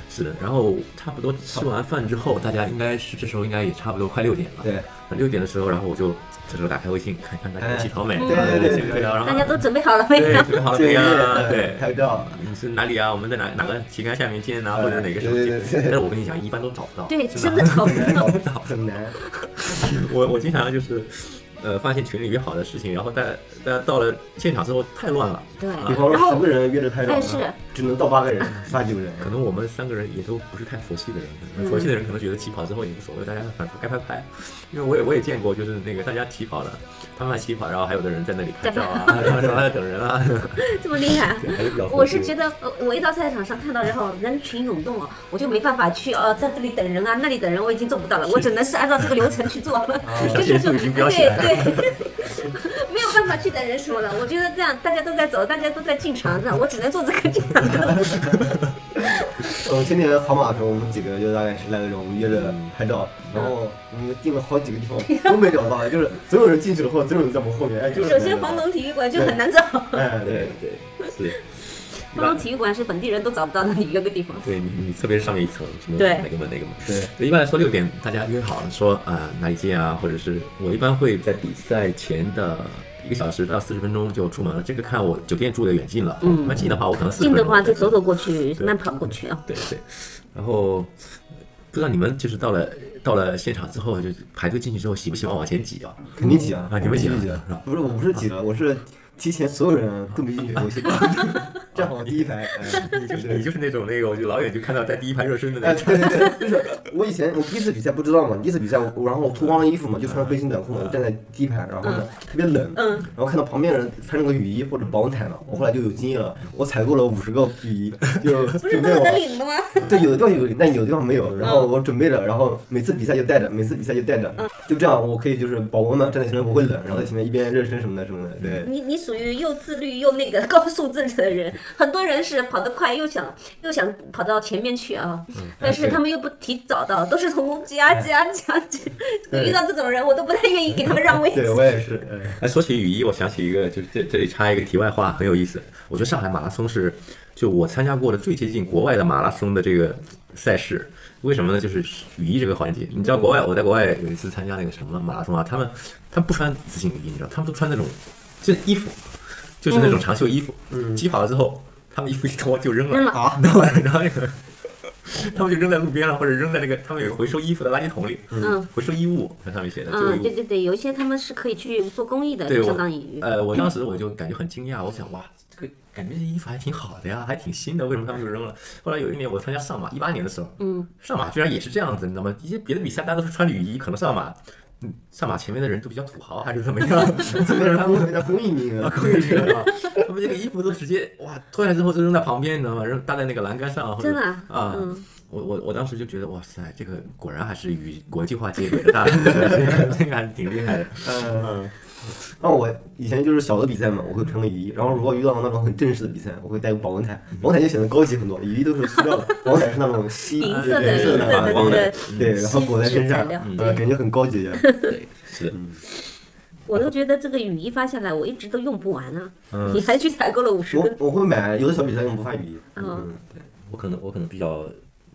Speaker 13: 是的。然后差不多吃完饭之后，大家应该是这时候应该也差不多快六点了。
Speaker 11: 对，
Speaker 13: 六点的时候，然后我就这时候打开微信看看大家一起逃美，
Speaker 12: 哎
Speaker 13: 啊
Speaker 12: 对对对
Speaker 13: 这个然后
Speaker 12: 大家都准备好了没
Speaker 13: 对
Speaker 12: 有？
Speaker 13: 准备好了没呀？对，
Speaker 11: 拍照。
Speaker 13: 你是哪里啊？我们在哪哪个旗杆下面见啊？或者哪个什么
Speaker 11: 对对？
Speaker 13: 见
Speaker 11: 对
Speaker 13: 但是我跟你讲，一般都找不到。
Speaker 12: 对，真的
Speaker 13: 的
Speaker 12: 找不到。
Speaker 13: 到，
Speaker 11: 很难。
Speaker 13: 我我经常就是。呃，发现群里约好的事情，然后大家大家到了现场之后太乱了，
Speaker 12: 对
Speaker 13: 啊
Speaker 11: 比方说十个人约着拍照，
Speaker 12: 哎是
Speaker 11: 只能到八个人、八九个人。
Speaker 13: 可能我们三个人也都不是太佛系的人，
Speaker 11: 嗯
Speaker 13: 佛系的人可能觉得起跑之后也无所谓，大家反正该拍拍。因为我也我也见过，就是那个大家起跑了，他们还起跑，然后还有的人在那里拍照啊，
Speaker 12: 在拍
Speaker 13: 然后什么还等人啊，
Speaker 12: 这么厉害
Speaker 13: 对还是比较！
Speaker 12: 我是觉得，呃我一到赛场上看到人好人群涌动哦，我就没办法去哦，在这里等人啊，那里等人，我已经做不到了，我只能是按照这个流程去做了， 就
Speaker 13: 节
Speaker 12: 是
Speaker 13: 奏
Speaker 12: 说，
Speaker 13: 已经飙
Speaker 12: 对
Speaker 13: 起来了
Speaker 12: 对， 没有办法去等人什么了。我觉得这样大家都在走，大家都在进场，那我只能做这个进场。
Speaker 11: 呃，前年跑马的时候，我们几个就大概十来个人，我们约着拍照，然后
Speaker 12: 嗯
Speaker 11: 我们定了好几个地方都没找到，就是总有人进去了后，总有人在我们后面。哎，就是
Speaker 12: 首先，黄龙体育馆就 很难找，
Speaker 11: 哎，对
Speaker 13: 对对
Speaker 12: 黄龙体育馆是本地人都找不到的一个个地方。
Speaker 13: 对你你特别是上面一层什么
Speaker 12: 对
Speaker 13: 哪个门哪个门，
Speaker 11: 对，
Speaker 13: 所以一般来说六点大家约好了说啊、呃哪里见啊，或者是我一般会在比赛前的。一个小时到四十分钟就出门了，这个看我酒店住的远近了。
Speaker 12: 嗯
Speaker 13: 那近的话我可能四十
Speaker 12: 近
Speaker 13: 分
Speaker 12: 的
Speaker 13: 钟。
Speaker 12: 话就走走过去，慢跑过去啊。
Speaker 13: 对对，然后不知道你们就是到了到了现场之后，就排队进去之后，喜不喜欢往前挤啊？
Speaker 11: 肯定挤啊！
Speaker 13: 啊，你们挤
Speaker 11: 肯
Speaker 13: 啊
Speaker 11: 定挤
Speaker 13: 是吧
Speaker 11: 啊！不是，我不是挤了，我是提前所有人都没进 去，我先站好第一排。哎，
Speaker 13: 你就是你就是那种那个，我就老远就看到在第一排热身的那
Speaker 11: 哎，
Speaker 13: 种。
Speaker 11: 对对对，就是我以前我第一次比赛不知道嘛，第一次比赛我然后我脱光了衣服嘛，就穿背心短裤嘛，
Speaker 13: 嗯
Speaker 11: 站在第一排，然后呢特别冷，
Speaker 12: 嗯
Speaker 11: 然后看到旁边人穿着个雨衣或者保暖了，我后来就有经验了，我采购了五十个雨衣，就
Speaker 12: 不是
Speaker 11: 准
Speaker 12: 都
Speaker 11: 备
Speaker 12: 有
Speaker 11: 我
Speaker 12: 的领的吗？
Speaker 11: 对，有的地方有，但有的地方没有。然
Speaker 12: 嗯
Speaker 11: 后我准备着，然后每次比赛就带着，每次比赛就带着，就这样，我可以就是保温嘛，站在前面不会冷，然后在前面一边热身什么的什么的，对。
Speaker 12: 你你属于又自律又那个 高素质的人，很多人是跑得快又想又想跑到前面去啊，
Speaker 11: 嗯哎
Speaker 12: 但是他们又不提早到，都是从挤啊挤啊挤啊挤。
Speaker 13: 对
Speaker 12: 遇到这种人，我都不太愿意给他们让位置。
Speaker 11: 我也是。
Speaker 13: 哎，说起雨衣，我想起一个，就是这这里插一个题外话，很有意思。我觉得上海马拉松是就我参加过的最接近国外的马拉松的这个赛事。为什么呢？就是雨衣这个环节。你知道国外，我在国外有一次参加那个什么马拉松啊，他们他们不穿自行雨衣，你知道，他们都穿那种就衣服，就是那种长袖衣服。挤跑了之后，他们衣服一脱就扔
Speaker 12: 扔
Speaker 13: 了
Speaker 12: 了
Speaker 13: 啊，然后然后那个。他们就扔在路边上，或者扔在那个他们有回收衣服的垃圾桶里，
Speaker 12: 嗯
Speaker 13: 回收衣物，它上面写的这个
Speaker 12: 嗯，
Speaker 13: 衣
Speaker 12: 对
Speaker 13: 物。
Speaker 12: 对对，有一些他们是可以去做公益的，
Speaker 13: 对，
Speaker 12: 就
Speaker 13: 我
Speaker 12: 相当于
Speaker 13: 呃，我当时我就感觉很惊讶，我想哇，这个感觉这衣服还挺好的呀，还挺新的，为什么他们就扔了？后来有一年我参加上马，一八年的时候，
Speaker 12: 嗯
Speaker 13: 上马居然也是这样子，你知道吗？一些别的比赛大家都是穿雨衣，可能上马，嗯，上马前面的人都比较土豪还是怎么样， 怎么让 他们
Speaker 11: 在公益名
Speaker 13: 啊，
Speaker 11: 额，
Speaker 13: 公益名额，他们这个衣服都直接哇脱下来之后就扔在旁边，你知道吗？扔搭在那个栏杆上，或者
Speaker 12: 真的啊
Speaker 13: 啊。
Speaker 12: 嗯
Speaker 13: 我我我当时就觉得哇塞，这个果然还是与国际化接轨的大陆，这个 这个还是挺厉害的。
Speaker 11: 嗯，那我以前就是小的比赛嘛，我会穿个雨衣，然后如果遇到那种很正式的比赛，我会带个保温毯，保温毯就显得高级很多，雨衣都是塑料的，保温毯是那种吸
Speaker 12: 银色的
Speaker 11: 对对
Speaker 12: 银色的
Speaker 11: 反光的啊
Speaker 12: 那个，
Speaker 11: 对，然后裹在身
Speaker 12: 吸
Speaker 11: 上
Speaker 12: 附材料，嗯
Speaker 11: 呃，
Speaker 12: 对
Speaker 11: 感觉很高级。
Speaker 12: 对，
Speaker 13: 是，
Speaker 12: 我都觉得这个雨衣发下来，我一直都用不完啊。
Speaker 13: 嗯
Speaker 12: 你还去采购了五十
Speaker 11: 我
Speaker 12: 根，
Speaker 11: 我会买，有的小比赛用不发雨衣，
Speaker 12: 嗯，
Speaker 13: 我可能我可能比较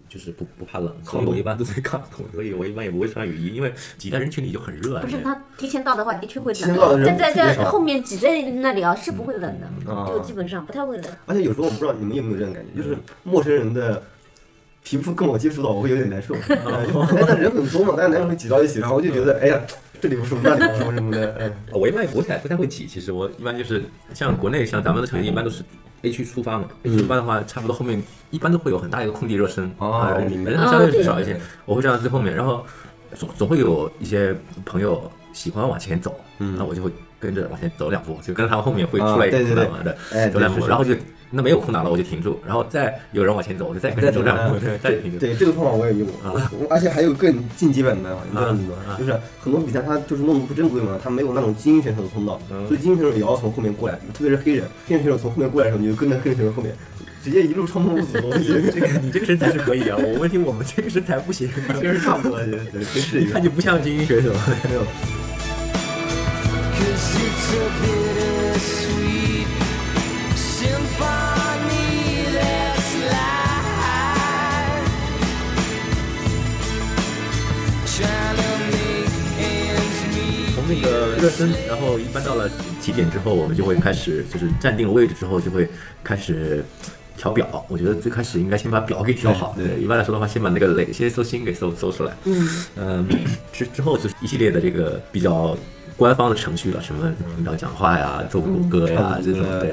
Speaker 13: 就是不不怕冷，所以我一般都是抗冻， 所以我一般也不会穿雨衣，因为挤在人群里就很热啊。
Speaker 12: 不是他提前到的话，的确会
Speaker 11: 提前到的
Speaker 12: 冷。
Speaker 11: 人
Speaker 12: 在在
Speaker 11: 特别少
Speaker 12: 在后面挤在那里啊，是不会冷的，
Speaker 11: 啊
Speaker 12: 就基本上不太会冷。
Speaker 11: 而且有时候我不知道你们有没有这种感觉，就是陌生人的皮肤跟我接触到，我会有点难受。哎，但人很多嘛，大家难免会挤到一起，然后我就觉得，哎呀，这里不舒服，那里不舒服什么的。哎
Speaker 13: 我一般也不太不太会挤，其实我一般就是像国内像咱们的成绩一般都是 A 区出发嘛、a 区出发的话，差不多后面一般都会有很大一个空地热身，啊、里面相哦对是少一些，我会站到最后面，然后总总会有一些朋友喜欢往前走，嗯，那我就会跟着往前走两步，就跟着他们后面会出来一个空档嘛的，
Speaker 11: 哎
Speaker 13: 走两步，然后就那没有空档了我就停住，然后再有人往前走，我就再跟着走两步，对，再停啊
Speaker 11: 嗯
Speaker 13: 住。
Speaker 11: 对这个方法我也用过，我而且还有更进阶版
Speaker 13: 啊
Speaker 11: 的，你知道吗？就是很多比赛它就是弄得不正规嘛，它没有那种精英选手的通道，
Speaker 13: 嗯
Speaker 11: 所以精英选手也要从后面过来，特别是黑人，黑人选手从后面过来的时候，你就跟着黑人选手后面，直接一路冲锋入组。我觉得
Speaker 13: 这个你这个身材是可以啊，我问题我们这个身材不行，
Speaker 11: 确实差不多，对对，是
Speaker 13: 一看就不像精英选手。
Speaker 11: 没有。
Speaker 2: Cause it's a bittersweet symphony that's life. Trying to make ends meet.
Speaker 13: 从那个热身，然后一般到了起点之后，我们就会开始，就是站定了位置之后，就会开始调表。我觉得最开始应该先把表给调好。对，一般来说的话，先把那个雷先搜星给搜搜出来。
Speaker 2: 嗯
Speaker 13: 嗯，之之后就是一系列的这个比较官方的程序了，什么领导讲话呀、奏谷歌呀
Speaker 11: 嗯
Speaker 13: 这种。对，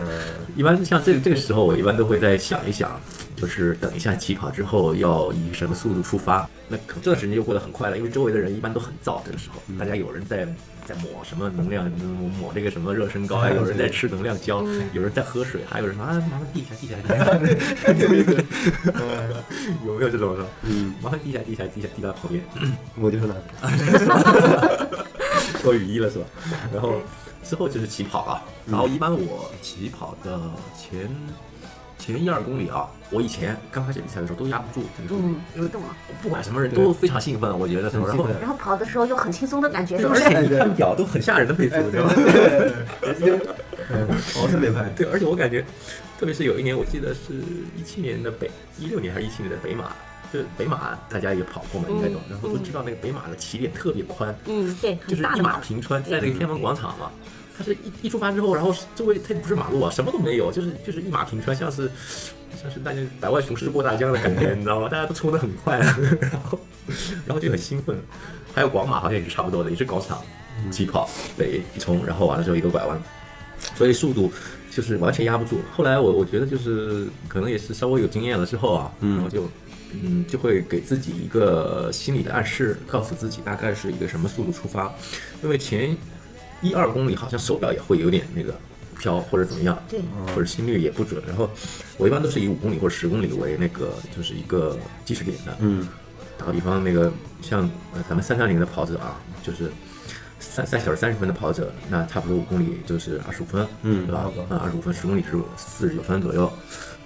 Speaker 13: 一般像这这个时候，我一般都会再想一想，就是等一下起跑之后要以什么速度出发。那可能这段时间就过得很快了，因为周围的人一般都很燥，这个时
Speaker 11: 嗯
Speaker 13: 候大家有人在在抹什么能量，嗯抹这个什么热身膏啊，
Speaker 11: 嗯
Speaker 13: 有人在吃能量胶，有人在喝水，还有人说啊麻烦递一下递一下递一下， 有没有这种说？嗯，麻烦递一下递一下递一下递到旁边，
Speaker 11: 我就是那
Speaker 13: 啊脱雨衣了是 吧？然后之后就是起跑了，然后一般我起跑的前前一二公里啊，我以前刚开始比赛的时候都压不住这个速度，
Speaker 12: 嗯，有懂了。
Speaker 13: 不管什么人都非常兴奋，我觉得然后
Speaker 12: 然后跑的时候又很轻松的感觉，是不
Speaker 13: 而
Speaker 12: 是？
Speaker 13: 且一看表都很吓人的配速，你知道吗？
Speaker 11: 我特别快。
Speaker 13: 对，而且我感觉，特别是有一年，我记得是一七年的北，一六年还是一七年的北马，就是北马大家也跑过嘛，应该懂，
Speaker 12: 嗯
Speaker 13: 然后都知道那个北马的起点特别宽，
Speaker 12: 嗯，对，
Speaker 13: 就
Speaker 12: 很
Speaker 13: 是
Speaker 12: 大
Speaker 13: 一
Speaker 12: 的
Speaker 13: 马
Speaker 12: 嘛。
Speaker 13: 平川，在那个天安门广场嘛。它是一一出发之后，然后周围它也不是马路啊，什么都没有，就是就是一马平川，像是像是大家百万雄师过大江的感觉，你知道吗？大家都冲得很快，啊 然后然后就很兴奋。还有广马好像也是差不多的，也是广场
Speaker 11: 嗯
Speaker 13: 起跑，对，一冲，然后完了之后一个拐弯，所以速度就是完全压不住。后来我我觉得就是可能也是稍微有经验了之后啊，
Speaker 11: 嗯
Speaker 13: 然后就嗯就会给自己一个心理的暗示，告诉自己大概是一个什么速度出发，因为前一二公里好像手表也会有点那个飘或者怎么样，
Speaker 12: 对
Speaker 11: 嗯
Speaker 13: 或者心率也不准。然后我一般都是以五公里或者十公里为那个就是一个计时点的，
Speaker 11: 嗯，
Speaker 13: 打个比方，那个像呃咱们三三零的跑者啊，就是三三小时三十分的跑者，那差不多五公里就是二十五分，
Speaker 11: 嗯
Speaker 13: 对吧？那二十五分，十公里是四十九分左右。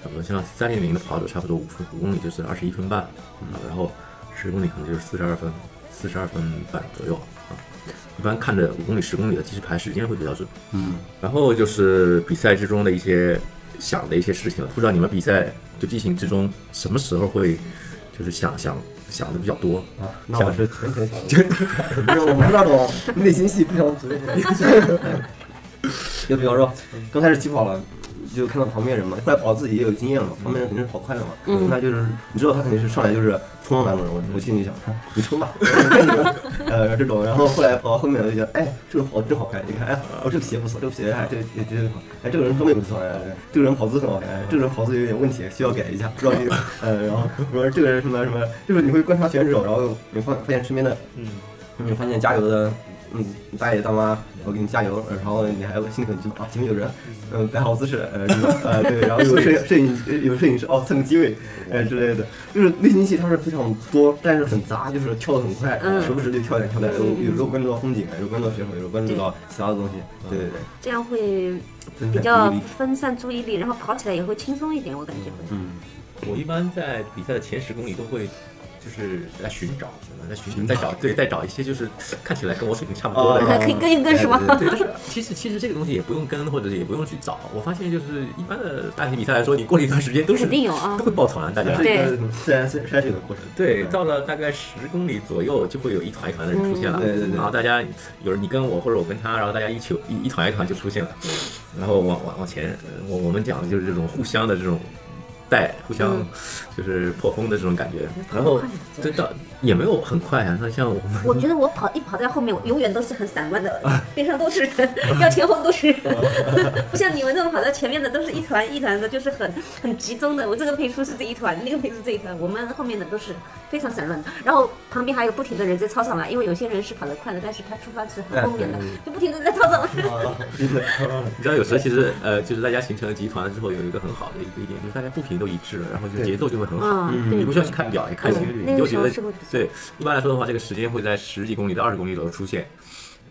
Speaker 13: 那么像三零零的跑者，差不多五分五公里就是二十一分半，
Speaker 11: 嗯
Speaker 13: 啊，然后十公里可能就是四十二分，四十二分半左右啊。一般看着五公里、十公里的计时牌时间会比较准，
Speaker 11: 嗯，
Speaker 13: 然后就是比赛之中的一些想的一些事情了。不知道你们比赛就进行之中什么时候会就是想想想的比较多
Speaker 11: 啊那我是
Speaker 13: 全
Speaker 11: 权
Speaker 13: 就
Speaker 11: 我们是那种内心戏非常足。就比方说，刚开始起跑了，就看到旁边人嘛，后来跑自己也有经验了嘛，旁边人肯定是跑快了嘛，
Speaker 13: 嗯
Speaker 11: 那就是你知道他肯定是上来就是冲到男主人，我我心里想，哎你冲吧，呃这种，然后后来跑到后面我就觉得，哎，这个跑真好看，你看，哎，我这个鞋不错，这个鞋还这这这好，哎，这个人装备不错，哎，这个人跑姿很好看，哎这个人跑姿有点问题，需要改一下，不知道这个，呃，然后我说这个人什么什么，就是你会观察选手，然后你发发现身边的，嗯，你发现加油的。嗯，大爷大妈，我给你加油，然后你还心里很激动啊，前面有人，嗯，摆好姿势，呃，什么呃，对，然后有摄影摄影呃有摄影师哦，蹭机位，呃之类的，就是内心戏它是非常多，但是很杂，就是跳得很快，
Speaker 12: 嗯
Speaker 11: 时不时就跳点跳点，有有时候关注到风景，啊有时候关注到选手，有时候关注到其他的东西，对对对，
Speaker 12: 这样会
Speaker 11: 分散
Speaker 12: 比较
Speaker 13: 注意力
Speaker 12: 分散注意力，然后跑起来也会轻松一点，我感觉会。
Speaker 13: 嗯，我一般在比赛的前十公里都会。就是在寻找，在寻在找，对，在找一些就是看起来跟我水平差不多的，
Speaker 12: 哦可以跟一跟是吗
Speaker 13: 哎 对，对对但是其实其实这个东西也不用跟，或者也不用去找。我发现就是一般的大型比赛来说，你过了一段时间都是
Speaker 12: 肯定有 啊
Speaker 13: 都会抱团，大家
Speaker 12: 对
Speaker 11: 自然筛筛选的过程。
Speaker 13: 对， 到了大概十公里左右，就会有一团一团的人出现了。
Speaker 11: 嗯对对对
Speaker 13: 然后大家有人你跟我，或者我跟他，然后大家一起一一团一团就出现了。然后往往往前，呃我我们讲的就是这种互相的这种带，互相
Speaker 12: 嗯
Speaker 13: 就是破风的这种感觉。
Speaker 11: 嗯
Speaker 13: 然后这到也没有很快啊，那像我们
Speaker 12: 我觉得我跑一跑在后面，我永远都是很散乱的， 边上都是人，要前后都是人，不像你们那种跑到前面的都是一团一团的，就是很很集中的。我这个配速是这一团，那个配速这一团，我们后面的都是非常散乱的。然后旁边还有不停的人在操场来，因为有些人是跑得快的，但是他出发是很后面的
Speaker 13: 哎对对，
Speaker 12: 就不停的在操场来。
Speaker 13: 你知道，有时候其实呃，就是大家形成了集团之后，有一个很好的一个一点，就是大家步频都一致了，然后就节奏就会很好。
Speaker 12: 嗯对
Speaker 13: 你不需要去看表，你看心率，
Speaker 12: 嗯
Speaker 13: 你就
Speaker 12: 那
Speaker 13: 觉
Speaker 12: 个
Speaker 13: 得
Speaker 12: 时候是会
Speaker 13: 对。一般来说的话，这个时间会在十几公里到二十公里左右出现。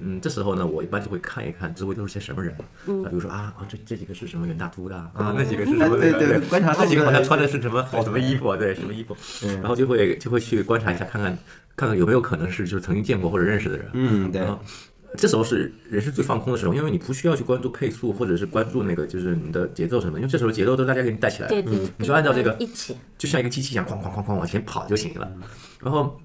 Speaker 13: 嗯，这时候呢，我一般就会看一看周围都是些什么人，
Speaker 12: 嗯哦
Speaker 13: 啊比如说啊，啊这这几个是什么远大都的啊，
Speaker 11: 啊
Speaker 13: 啊那几个是什么
Speaker 11: 对对对观察
Speaker 13: 这几个好像
Speaker 11: 到
Speaker 13: 穿
Speaker 11: 底
Speaker 13: 的
Speaker 11: 是
Speaker 13: 是什么什么衣服啊，对，什么衣服，
Speaker 11: 嗯
Speaker 13: 然后就会就会去观察一下，看看看看有没有可能是就是曾经见过或者认识的人，
Speaker 11: 嗯 对
Speaker 13: 然后这时候是人是最放空的时候，因为你不需要去关注配速，或者是关注那个就是你的节奏什么，因为这时候节奏都大家给你带起来了，
Speaker 12: 对对
Speaker 13: 嗯你就按照这个
Speaker 12: 一起，
Speaker 13: 就像一个机器一样，哐哐哐哐往前跑就行了。然后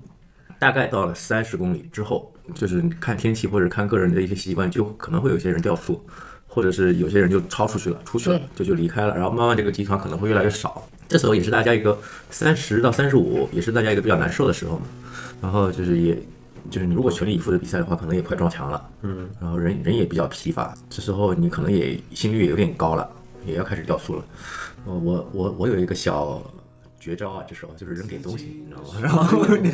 Speaker 13: 大概到了三十公里之后，就是你看天气或者看个人的一些习惯，就可能会有些人掉速，或者是有些人就超出去了，出去了就就离开了，然后慢慢这个集团可能会越来越少。这时候也是大家一个三十到三十五，也是大家一个比较难受的时候嘛。然后就是也就是你如果全力以赴的比赛的话，可能也快撞墙了，
Speaker 11: 嗯，
Speaker 13: 然后人人也比较疲乏，这时候你可能也心率也有点高了，也要开始掉速了。我我我我有一个小绝招啊，这时候就是扔点东西，你知道吗？然后你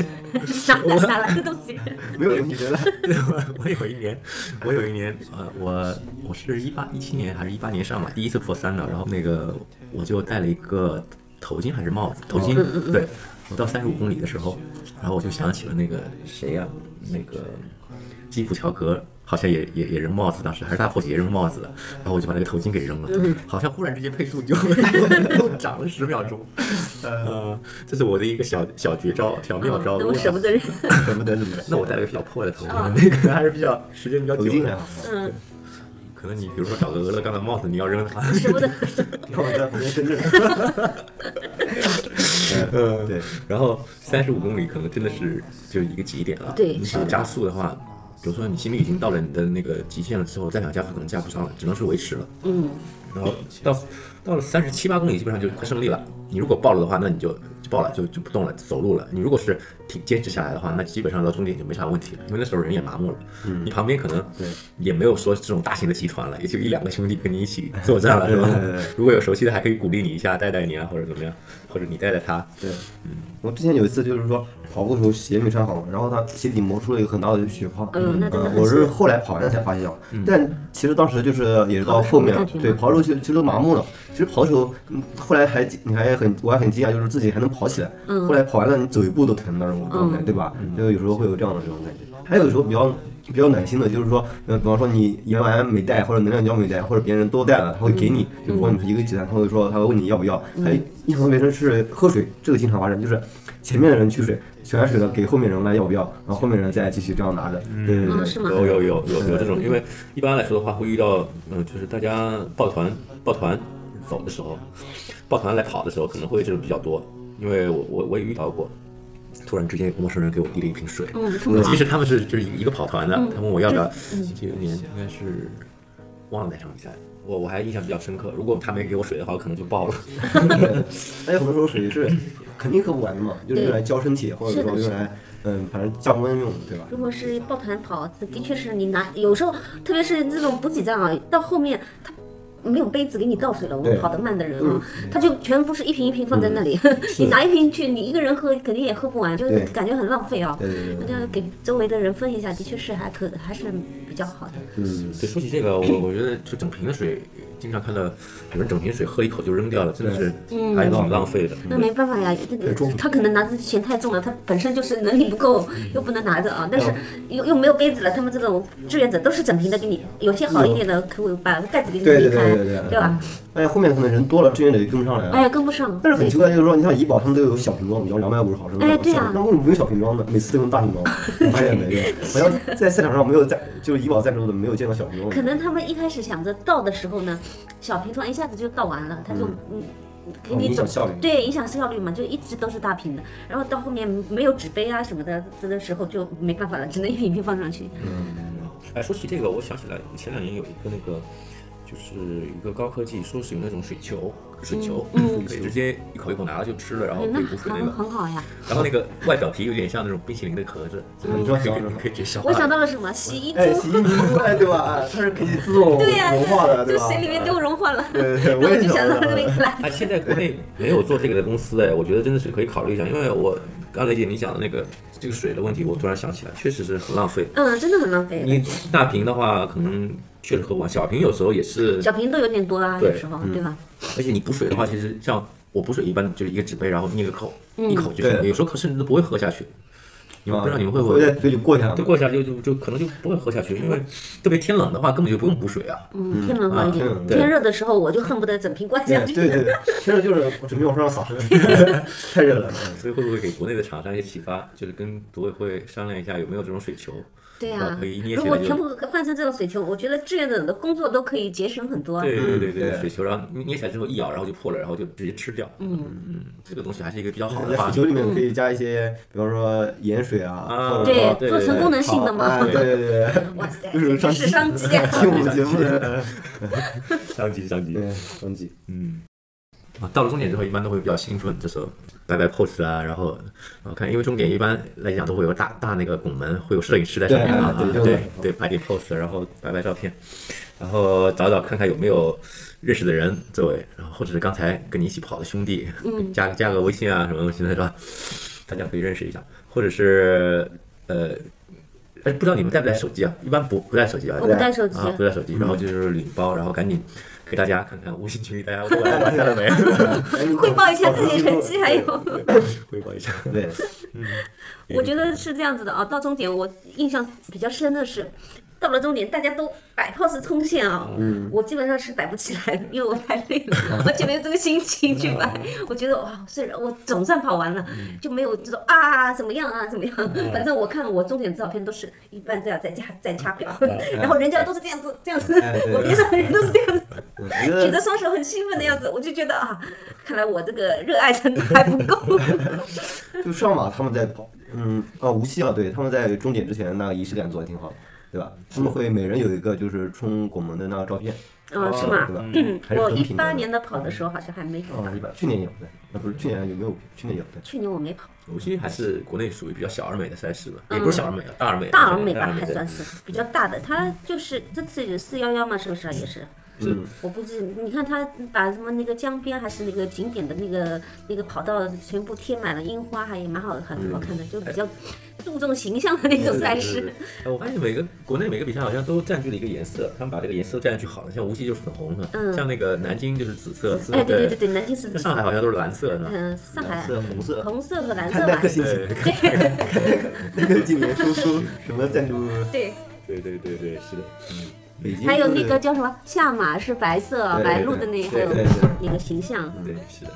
Speaker 12: 哪哪哪来的东西？
Speaker 13: 没有你觉得？ 我我有一年，我有一年，呃，我我是一八一七年还是一八年上嘛，第一次破三的，然后那个我就戴了一个头巾还是帽子，头巾，
Speaker 11: 嗯嗯嗯
Speaker 13: 对，我到三十五公里的时候，然后我就想起了那个谁呀、那个基普乔格。好像也也也扔帽子，当时还是大破鞋扔帽子的，然后我就把那个头巾给扔了，
Speaker 11: 嗯
Speaker 13: 好像忽然之间配速就 又涨了十秒钟，呃，这是我的一个小小绝招、小妙
Speaker 11: 哦
Speaker 13: 招。
Speaker 12: 那我舍不得人。
Speaker 13: 舍不得你。那我戴了个比较破的头巾，那个还是比较时间比较久的。
Speaker 11: 啊
Speaker 12: 嗯，
Speaker 13: 啊可能你比如说找个俄勒冈的帽子，你要扔它。
Speaker 12: 舍不得。
Speaker 13: 让我在旁边跟着。嗯，对。然后三十五公里可能真的是就一个极点了。
Speaker 12: 对
Speaker 13: 你
Speaker 12: 是的
Speaker 13: 想加速的话，比如说你心率已经到了你的那个极限了之后，再想加速可能加不上了，只能是维持了。
Speaker 12: 嗯，
Speaker 13: 然后到到了三十七八公里，基本上就快胜利了。你如果暴露的话，那你就就爆了，就就不动了，走路了。你如果是挺坚持下来的话，那基本上到终点就没啥问题了，因为那时候人也麻木了。嗯，你旁边可能也没有说这种大型的集团了，也就一两个兄弟跟你 一起作战了，是吧
Speaker 11: 对对对对？
Speaker 13: 如果有熟悉的，还可以鼓励你一下，带带你啊，或者怎么样，或者你带带他。
Speaker 11: 对，我之前有一次就是说跑步的时候鞋没穿好，然后他鞋底磨出了一个很大的血泡。
Speaker 13: 嗯那真的很
Speaker 11: 我是
Speaker 13: 辛苦
Speaker 11: 后来跑完才发现，啊
Speaker 13: 嗯
Speaker 11: 但其实当时就是也是到后面了，对，跑的时候其实都麻木了。其实跑的时候，嗯，后来还你还很我还很惊讶，就是自己还能跑起来。
Speaker 13: 嗯
Speaker 11: 后来跑完了，你走一步都疼那种状态，
Speaker 13: 嗯
Speaker 11: 对吧？就有时候会有这样的这种感觉。还有时候比较。比较暖心的就是说，呃，比方说你盐丸没带，或者能量胶没带，或者别人多带了，他会给你。
Speaker 12: 嗯
Speaker 11: 比如说你是一个集团，他会说他会问你要不要。
Speaker 13: 嗯
Speaker 11: 还有印象特别深是喝水，这个经常发生，就是前面的人取水，取完水了给后面人来要不要，然后后面人再继续这样拿着。
Speaker 12: 嗯
Speaker 11: 对对对，
Speaker 13: 有有有有有这种，因为一般来说的话会遇到，嗯、就是大家抱团抱团走的时候，抱团来跑的时候可能会这种比较多。因为我我我也遇到过，突然之间有个陌生人给我递了一瓶水，
Speaker 12: 嗯是吗
Speaker 13: 其实他们是就是一个跑团的，
Speaker 12: 嗯
Speaker 13: 他问我要不要，
Speaker 12: 嗯
Speaker 13: 这有年应该是忘了哪场比赛，我我还印象比较深刻，如果他没给我水的话，我可能就爆了。
Speaker 11: 那有很多时候水是肯定喝不完的嘛，就是用来浇身体，或者
Speaker 12: 是的
Speaker 11: 说
Speaker 12: 是
Speaker 11: 用
Speaker 12: 的嗯
Speaker 11: 来嗯，反正降温用，对吧？
Speaker 12: 如果是抱团跑，的确是你拿，有时候特别是那种补给站啊，到后面他没有杯子给你倒水了，我们
Speaker 11: 对
Speaker 12: 跑得慢的人啊
Speaker 11: 嗯，
Speaker 12: 他就全部是一瓶一瓶放在那里，
Speaker 13: 嗯
Speaker 12: 你拿一瓶去，你一个人喝肯定也喝不完，就是
Speaker 11: 对
Speaker 12: 感觉很浪费啊。
Speaker 13: 对对对对
Speaker 12: 那就要给周围的人分一下，的确是还可还是比较好的。
Speaker 13: 嗯，对，说起这个，我我觉得就整瓶的水，经常看到有人整瓶水喝一口就扔掉了，真的是
Speaker 12: 嗯
Speaker 13: 还挺浪费的。
Speaker 12: 那没办法呀，
Speaker 11: 嗯
Speaker 13: 太重
Speaker 12: 他可能拿着钱太重了，他本身就是能力不够，
Speaker 11: 嗯
Speaker 12: 又不能拿着啊。但
Speaker 11: 哦
Speaker 12: 是又又没有杯子了，他们这种志愿者都是整瓶的给你，有些好一点的可以把盖子给你
Speaker 11: 对对
Speaker 12: 推
Speaker 11: 对
Speaker 12: 开
Speaker 11: 对对对，
Speaker 12: 对吧？？
Speaker 11: 哎，后面可能人多了，志愿者就跟不上来
Speaker 12: 哎呀，
Speaker 11: 了。
Speaker 12: 跟不上。
Speaker 11: 但是很奇怪，就是说，你像怡宝他们都有小瓶装，我们要两百五十毫升的
Speaker 12: 哎
Speaker 11: 小瓶
Speaker 12: 对
Speaker 11: 装
Speaker 12: 啊，
Speaker 11: 那为什么不用小瓶装呢？每次都用大 瓶装，我发现没有。好像在赛场上没有在，就是怡宝赞助的没有见到小瓶装的。
Speaker 12: 可能他们一开始想着倒的时候呢，小瓶装一下子就倒完了，他就
Speaker 11: 嗯
Speaker 12: 嗯。给
Speaker 11: 哦
Speaker 12: 你
Speaker 11: 影
Speaker 12: 走
Speaker 11: 响效率
Speaker 12: 对影响效率嘛，就一直都是大瓶的，然后到后面没有纸杯啊什么的，这个时候就没办法了，只能一瓶一瓶放上去。
Speaker 13: 哎，说起这个，我想起来前两年有一个那个，就是一个高科技，说是有那种水球，水球，
Speaker 12: 嗯 嗯
Speaker 13: 可以直接一口一口拿了就吃了，然后
Speaker 12: 哎
Speaker 13: 可
Speaker 12: 那
Speaker 13: 以
Speaker 11: 嗯
Speaker 13: 补水那
Speaker 12: 很
Speaker 13: 个。
Speaker 12: 很好呀。
Speaker 13: 然后那个外表皮有点像那种冰淇淋的壳子，
Speaker 12: 嗯
Speaker 13: 你知道你可以直接消化。
Speaker 12: 我想到了什么？洗衣珠。
Speaker 11: 哎，洗衣机，哎，对吧？它是可以自动
Speaker 12: 对呀、
Speaker 11: 哦融化的，
Speaker 12: 就
Speaker 11: 吧？
Speaker 12: 水里面都融化了。
Speaker 11: 对对
Speaker 12: 然后
Speaker 11: 我也
Speaker 12: 就想
Speaker 11: 想
Speaker 12: 到
Speaker 11: 到
Speaker 12: 那个来。
Speaker 13: 哎，现在国内没有做这个的公司哎，我觉得真的是可以考虑一下，因为我刚才姐你讲的那个这个水的问题，我突然想起来，确实是很浪费。
Speaker 12: 嗯，真的很浪
Speaker 13: 你
Speaker 12: 费。
Speaker 13: 大瓶的话，可能确实喝不完，小瓶有时候也是
Speaker 12: 小瓶都有点多啊，
Speaker 13: 对
Speaker 12: 有时候，
Speaker 13: 嗯
Speaker 12: 对吧？
Speaker 13: 而且你补水的
Speaker 11: 嗯
Speaker 13: 话，其实像我补水一般就是一个纸杯，然后捏个口，
Speaker 12: 嗯
Speaker 13: 一口就行，
Speaker 11: 对啊
Speaker 13: 有时候可甚至都不会喝下去。你们不知道你们会不
Speaker 11: 会
Speaker 13: 会
Speaker 11: 在嘴里过一下吗
Speaker 13: 就过一下就就就可能就不会喝下去，因为特别天冷的话根本就不用补水啊。
Speaker 12: 嗯，天冷好一
Speaker 13: 啊
Speaker 12: 点，
Speaker 13: 对
Speaker 12: 天热的时候我就恨不得整瓶灌下
Speaker 13: 对
Speaker 12: 去。
Speaker 13: 对对，
Speaker 11: 真的就是我准备往身上洒，太热了。
Speaker 13: 所以会不会给国内的厂商一些启发，就是跟组委会商量一下有没有这种水球？
Speaker 12: 对
Speaker 13: 然后
Speaker 12: 啊
Speaker 13: 可以一，捏
Speaker 12: 如
Speaker 13: 起
Speaker 12: 果
Speaker 13: 来
Speaker 12: 全部
Speaker 13: 就。
Speaker 12: 换成这种水球，我觉得志愿者的工作都可以节省很多啊。
Speaker 13: 对对对
Speaker 11: 嗯
Speaker 13: 对，
Speaker 11: 对
Speaker 13: 水球，然后捏起来之后一咬，然后就破了，然后就直接吃掉。
Speaker 12: 嗯
Speaker 13: 嗯，这个东西还是一个比较好的
Speaker 11: 嗯在
Speaker 13: 法
Speaker 11: 水
Speaker 13: 子。
Speaker 11: 球里面可以加一些，比方说盐水啊，或者
Speaker 12: 对
Speaker 11: 说
Speaker 12: 做成功能性的嘛
Speaker 11: 哎对对对，
Speaker 12: 哇塞
Speaker 11: 就是上
Speaker 12: 是商机啊
Speaker 11: 听我们节目 的，
Speaker 13: 商机商机
Speaker 11: 商机，
Speaker 13: 嗯。啊，到了终点之后，一般都会比较兴奋，这时候摆摆 pose 啊，然后我看，因为终点一般来讲都会有大大那个拱门，会有摄影师在上面啊，
Speaker 11: 对对
Speaker 13: 对
Speaker 11: 对
Speaker 13: 对摆点 pose，然后摆摆照片，然后找找看看有没有认识的人周围，然后或者是刚才跟你一起跑的兄弟，
Speaker 12: 嗯
Speaker 13: 加加个微信啊什么东西的是吧？大家可以认识一下，或者是呃，哎，不知道你们带不带手机啊？一般不不带手机啊，
Speaker 12: 我不带手机嗯
Speaker 13: 啊，不带手机，然后就是领包，然后赶紧给大家看看微信群里大家 过来玩下了没，
Speaker 12: 汇报一下自己成绩，还有。
Speaker 13: 汇报一下。
Speaker 11: 对，
Speaker 12: 我觉得是这样子的啊，到终点我印象比较深的是，到了终点大家都摆 pose 冲线啊，
Speaker 11: 嗯
Speaker 12: 我基本上是摆不起来的，因为我太 累了，而且没有这个心情
Speaker 11: 嗯
Speaker 12: 去摆。我觉得哇，虽然我总算跑完了，就没有这种啊怎么样啊怎么样，
Speaker 11: 嗯
Speaker 12: 反正我看我终点照片都是一般都要再加再掐表，
Speaker 11: 嗯
Speaker 12: 然后人家都是这样子这样子
Speaker 11: 哎对，
Speaker 12: 我边上的人都是这样子，
Speaker 11: 我觉
Speaker 12: 举着
Speaker 11: 得
Speaker 12: 双手很兴奋的样子，我就觉得啊，看来我这个热爱程度还不够。
Speaker 11: 就上马他们在跑，嗯啊无锡啊，对，他们在终点之前那个仪式感做的挺好，对吧？他们会每人有一个就是冲拱哦门的那个照片，啊
Speaker 12: 嗯，是吗
Speaker 11: 对吧？？
Speaker 12: 嗯，
Speaker 11: 还是
Speaker 12: 我
Speaker 11: 很
Speaker 12: 一
Speaker 11: 挺
Speaker 12: 八年的跑的时候好像还没有
Speaker 11: 哦
Speaker 12: 吧，
Speaker 11: 一般去年有对，啊不是去年有没有？去年有对。
Speaker 12: 去年我没跑，
Speaker 13: 无锡还是国内属于比较小而美的赛事吧，
Speaker 12: 嗯
Speaker 13: 也不是小而美啊，大而美，
Speaker 12: 大而美吧
Speaker 13: 大而
Speaker 12: 还
Speaker 13: 对
Speaker 12: 算是比较大的。他就是这次有四幺幺嘛，是不是啊也是？
Speaker 13: 嗯，
Speaker 12: 我估计你看他把什么那个江边还是那个景点的那个那个跑道全部贴满了樱花，还也蛮好很好看的，就比较注重形象的那种赛
Speaker 13: 对对
Speaker 12: 事
Speaker 13: 对。哎，我发现每个国内每个比赛好像都占据了一个颜色，他们把这个颜色占据好了，像无锡就是粉红的，
Speaker 12: 嗯
Speaker 13: 像那个南京就是紫色，
Speaker 12: 哎，对对对对，南京是
Speaker 13: 那上海好像都是蓝色的。
Speaker 12: 嗯，上海
Speaker 11: 蓝色红色
Speaker 12: 红色和蓝色
Speaker 11: 看那
Speaker 12: 吧
Speaker 11: 个，心情，那个 今年出出什么赞助？
Speaker 12: 对。
Speaker 13: 对对对对，是的。
Speaker 11: 北京
Speaker 12: 还有
Speaker 11: 是
Speaker 12: 那个叫什么下马是白色
Speaker 11: 对对
Speaker 12: 白鹿的那，还
Speaker 11: 对
Speaker 12: 有
Speaker 11: 对对
Speaker 12: 那个形象。
Speaker 13: 对，是的，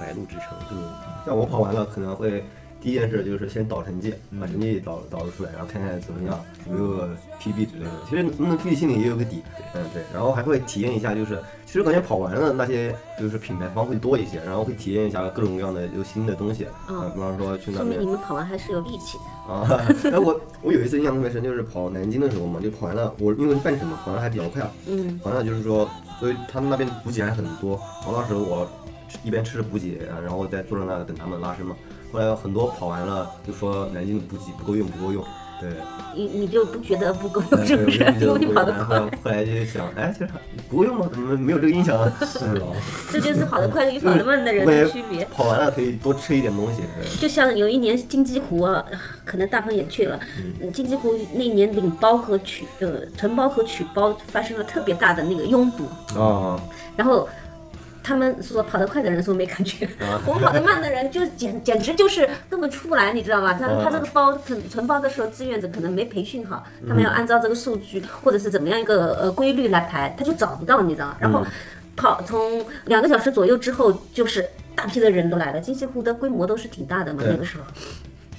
Speaker 13: 白鹿之城。嗯
Speaker 11: 像我跑完了，可能会第一件事就是先导成绩，
Speaker 13: 嗯
Speaker 11: 把成绩导导出来，然后看看怎么样，有没有 PB 之类的。其实那自己心里也有个底，嗯对。然后还会体验一下，就是其实感觉跑完了那些就是品牌方会多一些，然后会体验一下各种各样的有新的东西，
Speaker 12: 嗯
Speaker 11: 嗯，比方说去那
Speaker 12: 说
Speaker 11: 边
Speaker 12: 明你们跑完还是有力气的。
Speaker 11: 啊， 哎，我我有一次印象特别深，就是跑南京的时候嘛，就跑完了，我因为是半程嘛，跑完了还比较快，啊
Speaker 12: 嗯
Speaker 11: 跑完了就是说，所以他们那边补给还很多，跑到时候我吃一边吃着补给，然后再坐在那等他们拉伸嘛。后来很多跑完了就说南京的补给不够用，不够用，对，
Speaker 12: 你你就不觉得不够
Speaker 11: 对
Speaker 12: 用是不是
Speaker 11: 我就？觉
Speaker 12: 因
Speaker 11: 得
Speaker 12: 为你
Speaker 11: 不
Speaker 12: 跑
Speaker 11: 够
Speaker 12: 得
Speaker 11: 用然后
Speaker 12: 快，
Speaker 11: 后来就想，哎，其实还不够用吗？怎么没有这个印象啊？是哦，
Speaker 12: 这就是跑得 快跟你跑得慢的人
Speaker 11: 我也
Speaker 12: 的区别。
Speaker 11: 跑完了可以多吃一点东西，对
Speaker 12: 就像有一年金鸡湖啊，可能大鹏也去了。嗯金鸡湖那年领包和取呃承包和取包发生了特别大的那个拥堵，
Speaker 11: 啊，
Speaker 12: 然后他们说跑得快的人说没感觉，
Speaker 11: 啊
Speaker 12: 我跑得慢的人就简 简直就是根本出不来，你知道吗？他
Speaker 11: 嗯
Speaker 12: 他这个包存存包的时候，志愿者可能没培训好，他们
Speaker 14: 嗯
Speaker 12: 要按照这个数据或者是怎么样一个呃规律来排，他就找不到，你知道吗？然后
Speaker 14: 嗯
Speaker 12: 跑从两个小时左右之后，就是大批的人都来了，金溪湖的规模都是挺大的嘛，
Speaker 14: 对
Speaker 12: 那个时候。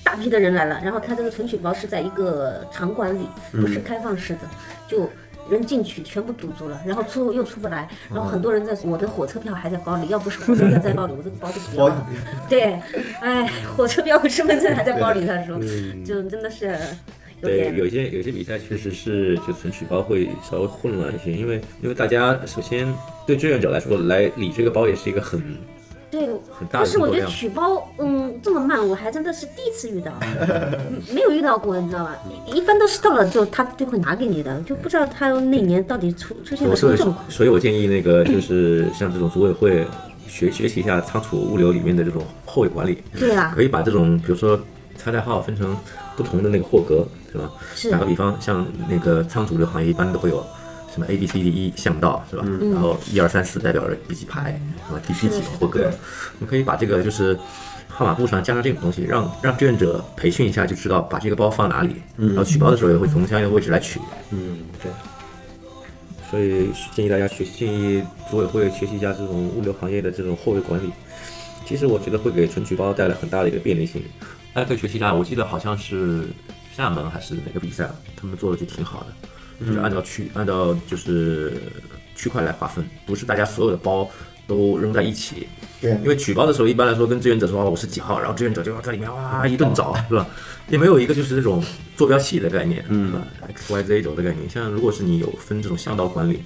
Speaker 12: 大批的人来了，然后他这个存取包是在一个场馆里，
Speaker 14: 嗯
Speaker 12: 不是开放式的，就人进去全部堵住了，然后出又出不来，然后很多人在我的火车票还在包里，要不是火车票在包里，我这个包就不要了。对，哎，火车票和身份证还在包里，他说，
Speaker 13: 嗯
Speaker 12: 就真的是有
Speaker 13: 对，
Speaker 12: 点
Speaker 13: 有些有些比赛确实是就存取包会稍微混乱一些，因为因为大家首先对志愿者来说来理这个包也是一个很
Speaker 12: 对。
Speaker 13: 很大
Speaker 12: 但
Speaker 13: 的
Speaker 12: 是
Speaker 13: 工
Speaker 12: 我
Speaker 13: 作
Speaker 12: 觉得
Speaker 13: 量。
Speaker 12: 取包，嗯，这么慢，我还真的是第一次遇到，没有遇到过，你知道吧？一般都是到了就他就会拿给你的，就不知道他那年到底出出现了
Speaker 13: 我
Speaker 12: 什么
Speaker 13: 所以
Speaker 12: 状况。
Speaker 13: 所以我建议那个就是像这种组委会学学习一下仓储物流里面的这种货尾管理。
Speaker 12: 对啊
Speaker 13: 可以把这种比如说参赛号分成不同的那个货格，是吧？
Speaker 12: 是
Speaker 13: 打个比方，像那个仓储这个行业一般都会有。什么 A B C D E 巷道是吧？
Speaker 12: 嗯
Speaker 13: 然后一二三四代表着第几排，什么第第几货格，你可以把这个就是号码布上加上这种东西，让让志愿者培训一下，就知道把这个包放哪里，然后取包的时候也会从相应的位置来取。嗯，对。所以建议大家学习，建议组委会学习一下这种物流行业的这种货位管理。其实我觉得会给存取包带来很大的一个便利性。大家哎可以学习一下，我记得好像是厦门还是哪个比赛，啊他们做的就挺好的，就是
Speaker 11: 嗯
Speaker 13: 按照区按照就是区块来划分，不是大家所有的包都扔在一起。
Speaker 11: 对
Speaker 13: 因为取包的时候，一般来说跟志愿者说哦我是几号，然后志愿者就在里面哇一顿找，是吧？也没有一个就是这种坐标系的概念，嗯，X Y Z 轴的概念。像如果是你有分这种巷道管理，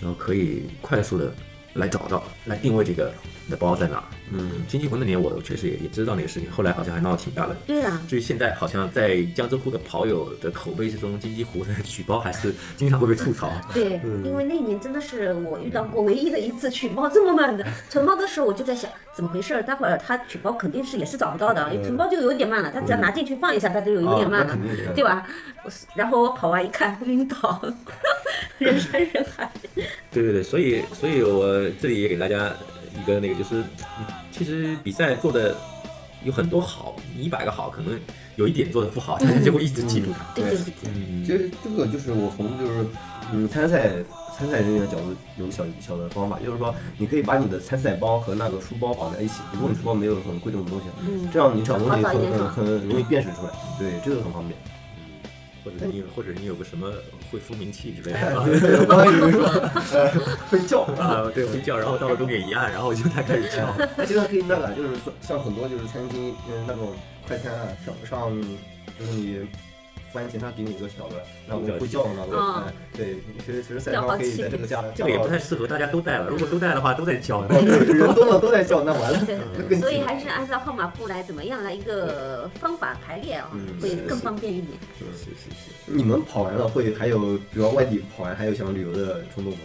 Speaker 13: 然后可以快速的来找到、来定位这个你的包在哪儿。嗯，经济湖那年我确实也也知道那个事情，后来好像还闹得挺大的。
Speaker 12: 对 啊，
Speaker 13: 至于现在，好像在江浙沪的跑友的口碑之中，金鸡湖的取包还是经常会被吐槽。
Speaker 12: 对，因为那年真的是我遇到过唯一的一次取包这么慢的。存包的时候我就在想，怎么回事儿？待会儿他取包肯定是也是找不到的，
Speaker 14: 嗯
Speaker 12: 存包就有点慢了。他只要拿进去放一下，他就有
Speaker 14: 啊
Speaker 12: 点慢
Speaker 14: 那
Speaker 12: 了
Speaker 14: 肯定是，
Speaker 12: 对吧？我然后我跑完一看，晕倒， 人山人海。
Speaker 13: 对对对，所以所以我这里也给大家一个那个，就是嗯其实比赛做的有很多好，一百个好，可能有一点做的不好，但是就会一直记住它。
Speaker 12: 嗯
Speaker 11: 对对对其实这个就是我从就是嗯参赛参赛人员的角度有个小小的方法，就是说你可以把你的参赛包和那个书包绑在一起，如果你书包没有很贵重的东西，
Speaker 12: 嗯
Speaker 11: 这样你找东西
Speaker 12: 好找一
Speaker 11: 很
Speaker 12: 点
Speaker 11: 很
Speaker 12: 找
Speaker 11: 很容易辨识出来，对，这个很 方便。
Speaker 13: 或者你或者你有个什么会出名气之类的，
Speaker 11: 我刚才以为说呃会叫
Speaker 13: 啊， 对，会叫，然后到了终点一按，然后就它开始叫。
Speaker 11: 那现在可以那个，哎就是说像很多就是餐厅，嗯，那种快餐啊，上上就是你付完钱，他给你一个小的，那我们会叫的那
Speaker 12: 嗯
Speaker 11: 个菜，对，其实其实赛上可以在这个价格，
Speaker 13: 这个也不太适合，大家都带了。如果都带的话，都在叫。
Speaker 11: 哦，对，人多了都在叫，那完了，更
Speaker 12: 所以
Speaker 11: 挤了
Speaker 12: 还是按照号码布来，怎么样来一个方法排列啊
Speaker 11: 嗯，
Speaker 12: 会
Speaker 11: 是
Speaker 12: 更
Speaker 11: 是
Speaker 12: 方便一点。
Speaker 13: 是是是。
Speaker 11: 你们跑完了会还有，比如外地跑完还有想旅游的冲动吗？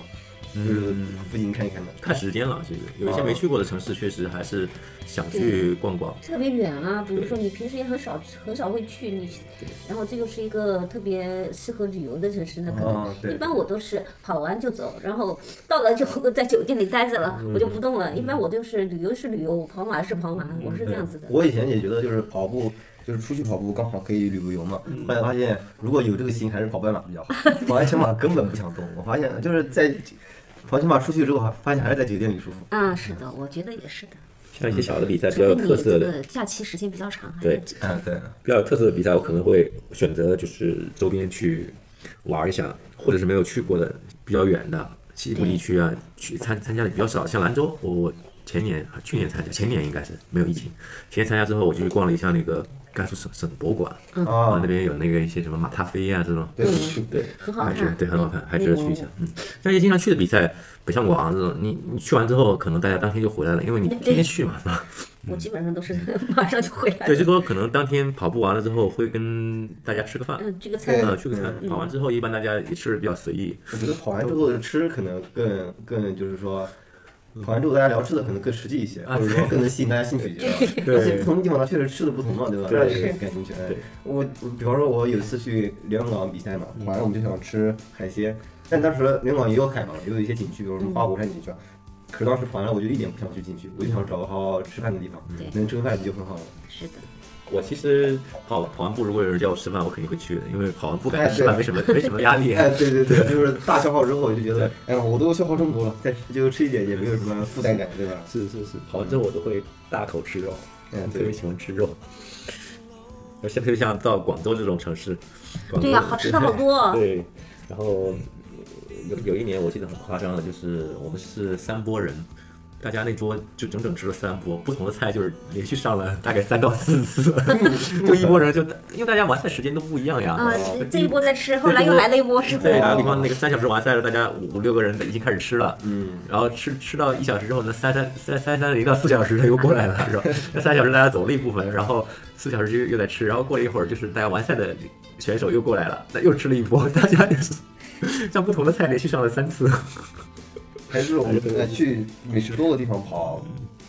Speaker 11: 就是附近看一看的。
Speaker 13: 看时间了，其实有一些没去过的城市，确实还是想去逛逛。
Speaker 12: 特别远啊，比如说你平时也很少很少会去你，然后这又是一个特别适合旅游的城市，那可能、
Speaker 14: 哦对
Speaker 12: 一般我都是跑完就走，然后到了就在酒店里 待着了，我就不动
Speaker 13: 嗯
Speaker 12: 了。一般我就是旅游是旅游，跑马是跑马，我是这样子的。
Speaker 11: 我以前也觉得就是跑步，就是出去跑步刚好可以旅个游嘛。后来发现如果有这个心，还是跑半马比较好。 跑完全马根本不想动。我发现就是在跑完全马出去之后，发现还是在酒店里舒服。
Speaker 12: 啊，是的，我觉得也是的。
Speaker 13: 像一些小的比赛比较有特色
Speaker 12: 除非你这
Speaker 13: 的
Speaker 12: 个，假期时间比较长，还
Speaker 13: 对，
Speaker 11: 嗯对，
Speaker 13: 比较有特色的比赛，我可能会选择就是周边去玩一下，或者是没有去过的比较远的西部地区啊，去参参加的比较少。像兰州，我我前年啊去年参加，前年应该是没有疫情，前年参加之后，我就去逛了一下那个甘肃省省博物馆，
Speaker 12: 嗯
Speaker 13: 啊，那边有那个一些什么马踏飞啊这种，
Speaker 12: 对嗯
Speaker 13: 对，
Speaker 12: 很好
Speaker 13: 还是
Speaker 12: 看
Speaker 13: 对很好看，还值得去一下嗯，
Speaker 12: 嗯。
Speaker 13: 像一些经常去的比赛，北上广啊这种，你你去完之后，可能大家当天就回来了，因为你
Speaker 12: 对
Speaker 13: 天天去嘛，是吧？
Speaker 12: 我基本上都是 马上就回来了。
Speaker 13: 嗯对，最多可能当天跑步完了之后会跟大家吃个饭，
Speaker 12: 嗯聚个餐
Speaker 13: 嗯，聚个餐。
Speaker 12: 嗯
Speaker 13: 跑完之后一般大家也吃的比较随意。
Speaker 11: 我觉得跑完之后吃可能更更就是说，跑完之后大家聊吃的可能更实际一些，
Speaker 13: 啊
Speaker 11: 或者说更能吸引大家兴趣一些。啊
Speaker 13: 对
Speaker 11: 而且不同的地方它确实吃的不同嘛，对吧？
Speaker 13: 对
Speaker 11: 让你感兴趣。哎
Speaker 13: 对
Speaker 11: 我我比方说，我有一次去连云港比赛嘛，
Speaker 13: 嗯
Speaker 11: 跑完我们就想吃海鲜，但当时连云港也有海嘛，也有一些景区，比如说花果山景区啊。可是当时跑完了，我就一点不想去景区，我就想找个好好吃饭的地方，能吃个饭就很好了。
Speaker 12: 是的。
Speaker 13: 我其实跑跑完步，如果有人叫我吃饭，我肯定会去的，因为跑完步
Speaker 11: 哎，
Speaker 13: 感觉
Speaker 11: 对
Speaker 13: 吃饭没什么没什么压 力。啊
Speaker 11: 哎，对对对，就是大消耗之后，我就觉得，哎呀，我都消耗这么多了，再吃就吃一点也没有什么负担感，对吧？
Speaker 13: 是是是，跑完之后我都会大口吃肉，
Speaker 12: 哎
Speaker 11: 嗯
Speaker 13: 我特
Speaker 11: 对
Speaker 13: 别喜欢吃肉。而且特别像到广州这种城市，广州
Speaker 12: 对呀好吃的好多哦
Speaker 13: 对，然后有有一年我记得很夸张的，就是我们是三波人，大家那桌就整整吃了三波，不同的菜就是连续上了大概三到四次， 就一波人就因为大家玩菜时间都不一样呀。
Speaker 12: 啊，这这一波在吃，后来又来了一波，是吧？
Speaker 13: 对，啊打个比方，那个三小时完赛了，大家五五六个人已经开始吃了，嗯，然后吃吃到一小时之后呢，三三三三三零到四小时他又过来了，是吧？那三小时大家走了一部分，然后四小时就又在吃，然后过了一会儿就是大家完赛的选手又过来了，那又吃了一波，大家就是像不同的菜连续上了三次。
Speaker 11: 还是我们呃去美食多的地方跑，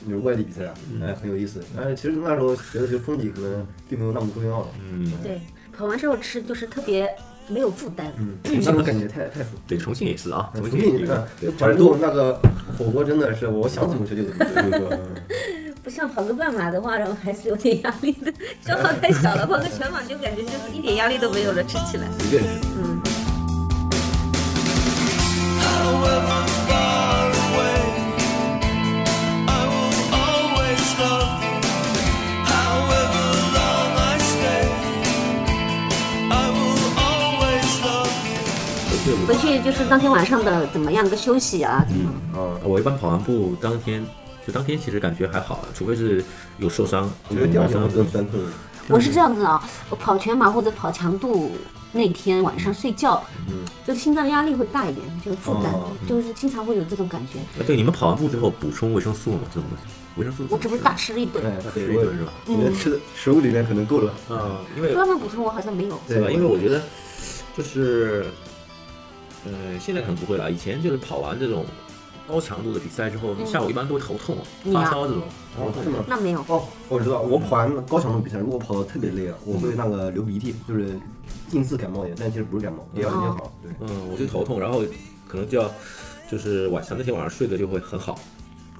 Speaker 11: 就是外地比赛啊，哎，很有意思。但是其实那时候觉得就风景可能并没有那么重要了，
Speaker 13: 嗯，
Speaker 12: 对，跑完之后吃就是特别没有负担。
Speaker 11: 嗯，那种感觉太太舒服。
Speaker 13: 对，重庆也是啊，
Speaker 11: 重
Speaker 13: 庆也
Speaker 11: 庆
Speaker 13: 是
Speaker 11: 那
Speaker 13: 对，
Speaker 11: 成
Speaker 13: 多
Speaker 11: 都那个火锅真的是，我想怎么吃就怎么吃。就是说
Speaker 12: 不像跑个半马的话，然后还是有点压力的，消耗太小了。跑个全马就感觉就是一点压力都没有了，吃起来。嗯。回去就是当天晚上的怎么样个休息啊？
Speaker 13: 嗯，我一般跑完步当天，就当天其实感觉还好了，除非是有受伤，嗯
Speaker 11: 觉得第二天会更酸
Speaker 13: 痛。
Speaker 12: 我是这样子啊，我跑全马或者跑强度那天晚上睡觉，
Speaker 13: 嗯，
Speaker 12: 就心脏压力会大一点，就是负担，
Speaker 13: 哦
Speaker 12: 就是经常会有这种感觉。
Speaker 13: 啊，对，你们跑完步之后补充维生素吗？这种东西，维生素
Speaker 12: 我只不过大吃了一顿，
Speaker 11: 哎，对，
Speaker 13: 吃一顿是吧？
Speaker 12: 嗯我觉得吃
Speaker 11: 的食物里面可能够了。
Speaker 13: 啊，因为
Speaker 12: 专门补充我好像没有。
Speaker 13: 对吧？因为我觉得就是，呃，现在可能不会了，以前就是跑完这种高强度的比赛之后，
Speaker 12: 嗯
Speaker 13: 下午一般都会头痛、
Speaker 12: 你啊
Speaker 13: 发烧这种。
Speaker 11: 哦，是吗？
Speaker 12: 那没有
Speaker 11: 哦，我知道，我跑完高强度比赛，如果跑得特别累了，我会那个流鼻涕，就是近似感冒炎，但其实不是感冒，第二天
Speaker 12: 哦
Speaker 11: 好。对，
Speaker 13: 嗯，我就头痛，然后可能就要就是晚上那天晚上睡得就会很好。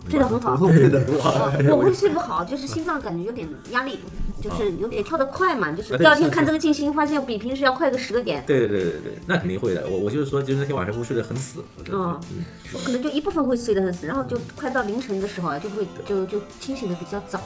Speaker 12: 睡得很好，
Speaker 13: 睡得很好
Speaker 12: 我会睡不好，就是心脏感觉有点压力，就是有点跳得快嘛，就是
Speaker 13: 啊对
Speaker 12: 第二天
Speaker 13: 是
Speaker 12: 看这个静心，发现比平时要快个十个点。
Speaker 13: 对对对对对，那肯定会的。我我就是说，就是那天晚上会睡得很死，我觉得。
Speaker 12: 嗯
Speaker 13: 嗯，
Speaker 12: 我可能就一部分会睡得很死，然后就快到凌晨的时候啊，就会就就清醒的比较早，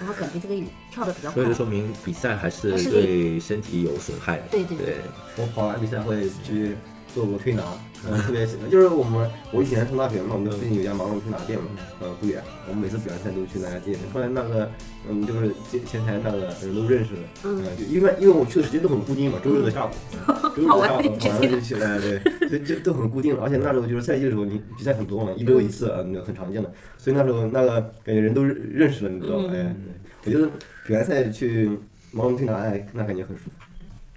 Speaker 12: 然后感觉这个跳的比较快
Speaker 13: 所以。就说明比赛还是
Speaker 12: 还是
Speaker 13: 对身体有损害的。
Speaker 12: 对对对
Speaker 13: 对，
Speaker 11: 我跑完比赛会去做个推拿，嗯，特别喜欢。就是我们，我以前上大学嘛，我们附近有家盲人推拿店嘛，嗯，不远。我们每次比完赛都去那家店。后来那个，嗯，就是前前台那个人都认识了，
Speaker 12: 嗯
Speaker 11: 嗯，就因为因为我去的时间都很固定嘛，周六的下午，周六的下午晚上就去了，对，就就都很固定了。而且那时候就是赛季的时候，你比赛很多嘛，一周一次，嗯，很常见的。所以那时候那个感觉人都认识了，你知道吗？
Speaker 13: 嗯
Speaker 11: 哎，我觉得比完赛去盲人推拿，哎，那感觉很舒服。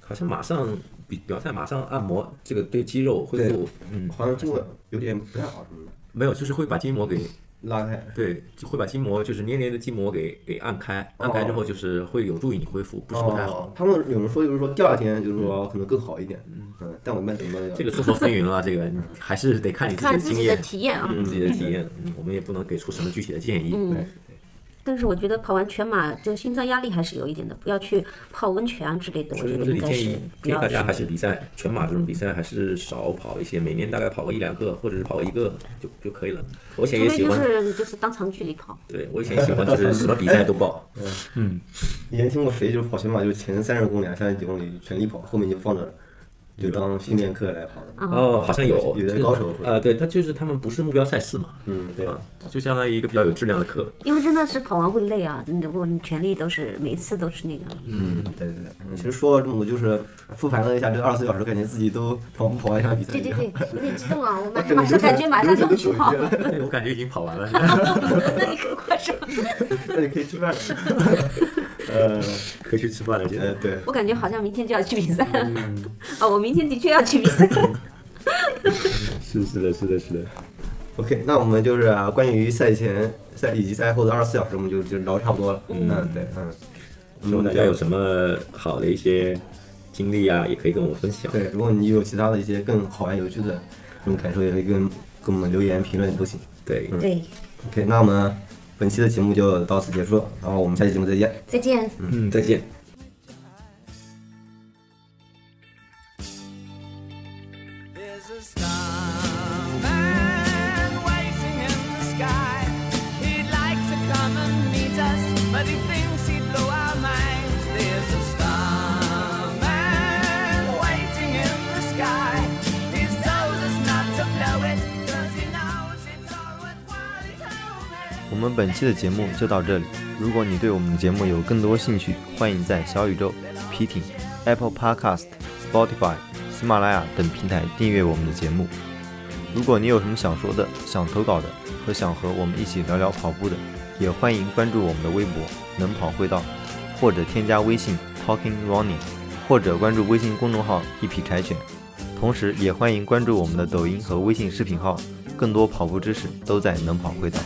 Speaker 13: 好像马上比表赛马上按摩，这个对肌肉恢复，嗯，
Speaker 11: 好像这个有点不太好，是不是？
Speaker 13: 没有，就是会把筋膜 给
Speaker 11: 拉开，
Speaker 13: 对，就会把筋膜就是黏黏的筋膜给给按开，
Speaker 12: 哦
Speaker 13: 按开之后就是会有助于你恢复，不是不太好。
Speaker 11: 哦他们有人说就是说第二天就是说可能更好一点，嗯，但我们怎么
Speaker 13: 这个众说纷纭了，这个还是得看你自己
Speaker 12: 看
Speaker 13: 的
Speaker 12: 自
Speaker 13: 经
Speaker 12: 己
Speaker 13: 验，嗯
Speaker 12: 的体验啊
Speaker 13: 嗯自己的体验，嗯我们也不能给出什么具体的建议。
Speaker 12: 嗯，但是我觉得跑完全马就心脏压力还是有一点的，不要去泡温泉啊之类的，我
Speaker 13: 所以
Speaker 12: 觉
Speaker 13: 说这里
Speaker 12: 得应该
Speaker 13: 建
Speaker 12: 是
Speaker 13: 议
Speaker 12: 不
Speaker 13: 建议
Speaker 12: 要
Speaker 13: 大家
Speaker 12: 去
Speaker 13: 还是比赛全马这种比赛还是少跑一些，每年大概跑个一两个或者是跑一个就就可以了。我以前
Speaker 12: 除
Speaker 13: 也
Speaker 12: 非
Speaker 13: 喜
Speaker 12: 就
Speaker 13: 欢，
Speaker 12: 是就是当长距离跑。
Speaker 13: 对我以前喜欢就是什么比赛都 报。
Speaker 11: 嗯，以前听过谁就是跑全马，就是前三十公里、三十九公里全力跑，后面就放着，就当训练课来跑的。
Speaker 13: 哦，好像有
Speaker 11: 有
Speaker 13: 这
Speaker 11: 的
Speaker 13: 个
Speaker 11: 高手会。
Speaker 13: 呃，对，他就是他们不是目标赛事嘛，
Speaker 11: 嗯，
Speaker 13: 对吧？就相当于一个比较有质量的课。
Speaker 12: 因为真的是跑完会累啊，你如果你全力都是每一次都是那个，
Speaker 11: 嗯，对对对，其实说了这么多，就是复盘了一下这二十四小时，感觉自己都跑跑完一场比赛
Speaker 12: 对
Speaker 11: 一
Speaker 12: 对
Speaker 11: 样。
Speaker 12: 对， 有点激动啊，我马上马上感觉马上就要去哦跑了，
Speaker 13: 对 我感觉已经跑完了。
Speaker 12: 那你可快说，
Speaker 11: 那你可以吃 饭了。呃，
Speaker 13: 可以去吃饭了，现在。
Speaker 11: 对。
Speaker 12: 我感觉好像明天就要去比赛了，哦，我明天的确要去比赛，
Speaker 13: 是是的，是的，是的。
Speaker 11: OK，那我们就是、啊、关于赛前、赛以及赛后的二十四小时，我们就就聊差不多了。嗯，对，嗯。
Speaker 13: 如果大家有什么好的一些经历啊，也可以跟我们分享。
Speaker 11: 对，如果你有其他的一些更好玩、有趣的这种感受，也可以跟跟我们留言、评论都行。
Speaker 13: 对，
Speaker 11: 嗯、
Speaker 12: 对。
Speaker 11: OK，那我们本期的节目就到此结束，然后我们下期节目再见。
Speaker 12: 再见。
Speaker 13: 嗯，再见。
Speaker 14: There's a starman waiting in the sky. He'd like to come and meet us, but he thinks he'd blow our minds. There's a starman waiting in the sky. He's told us not to blow it, 'cause he knows it's all worthwhile. It's
Speaker 1: 我们本期的节目就到这里。如果你对我们的节目有更多兴趣，欢迎在小宇宙、皮艇、Apple Podcast、Spotify、喜马拉雅等平台订阅我们的节目。如果你有什么想说的、想投稿的和想和我们一起聊聊跑步的，也欢迎关注我们的微博“能跑会道”，或者添加微信 “Talking Running”，或者关注微信公众号“一匹柴犬”。同时，也欢迎关注我们的抖音和微信视频号，更多跑步知识都在“能跑会道”。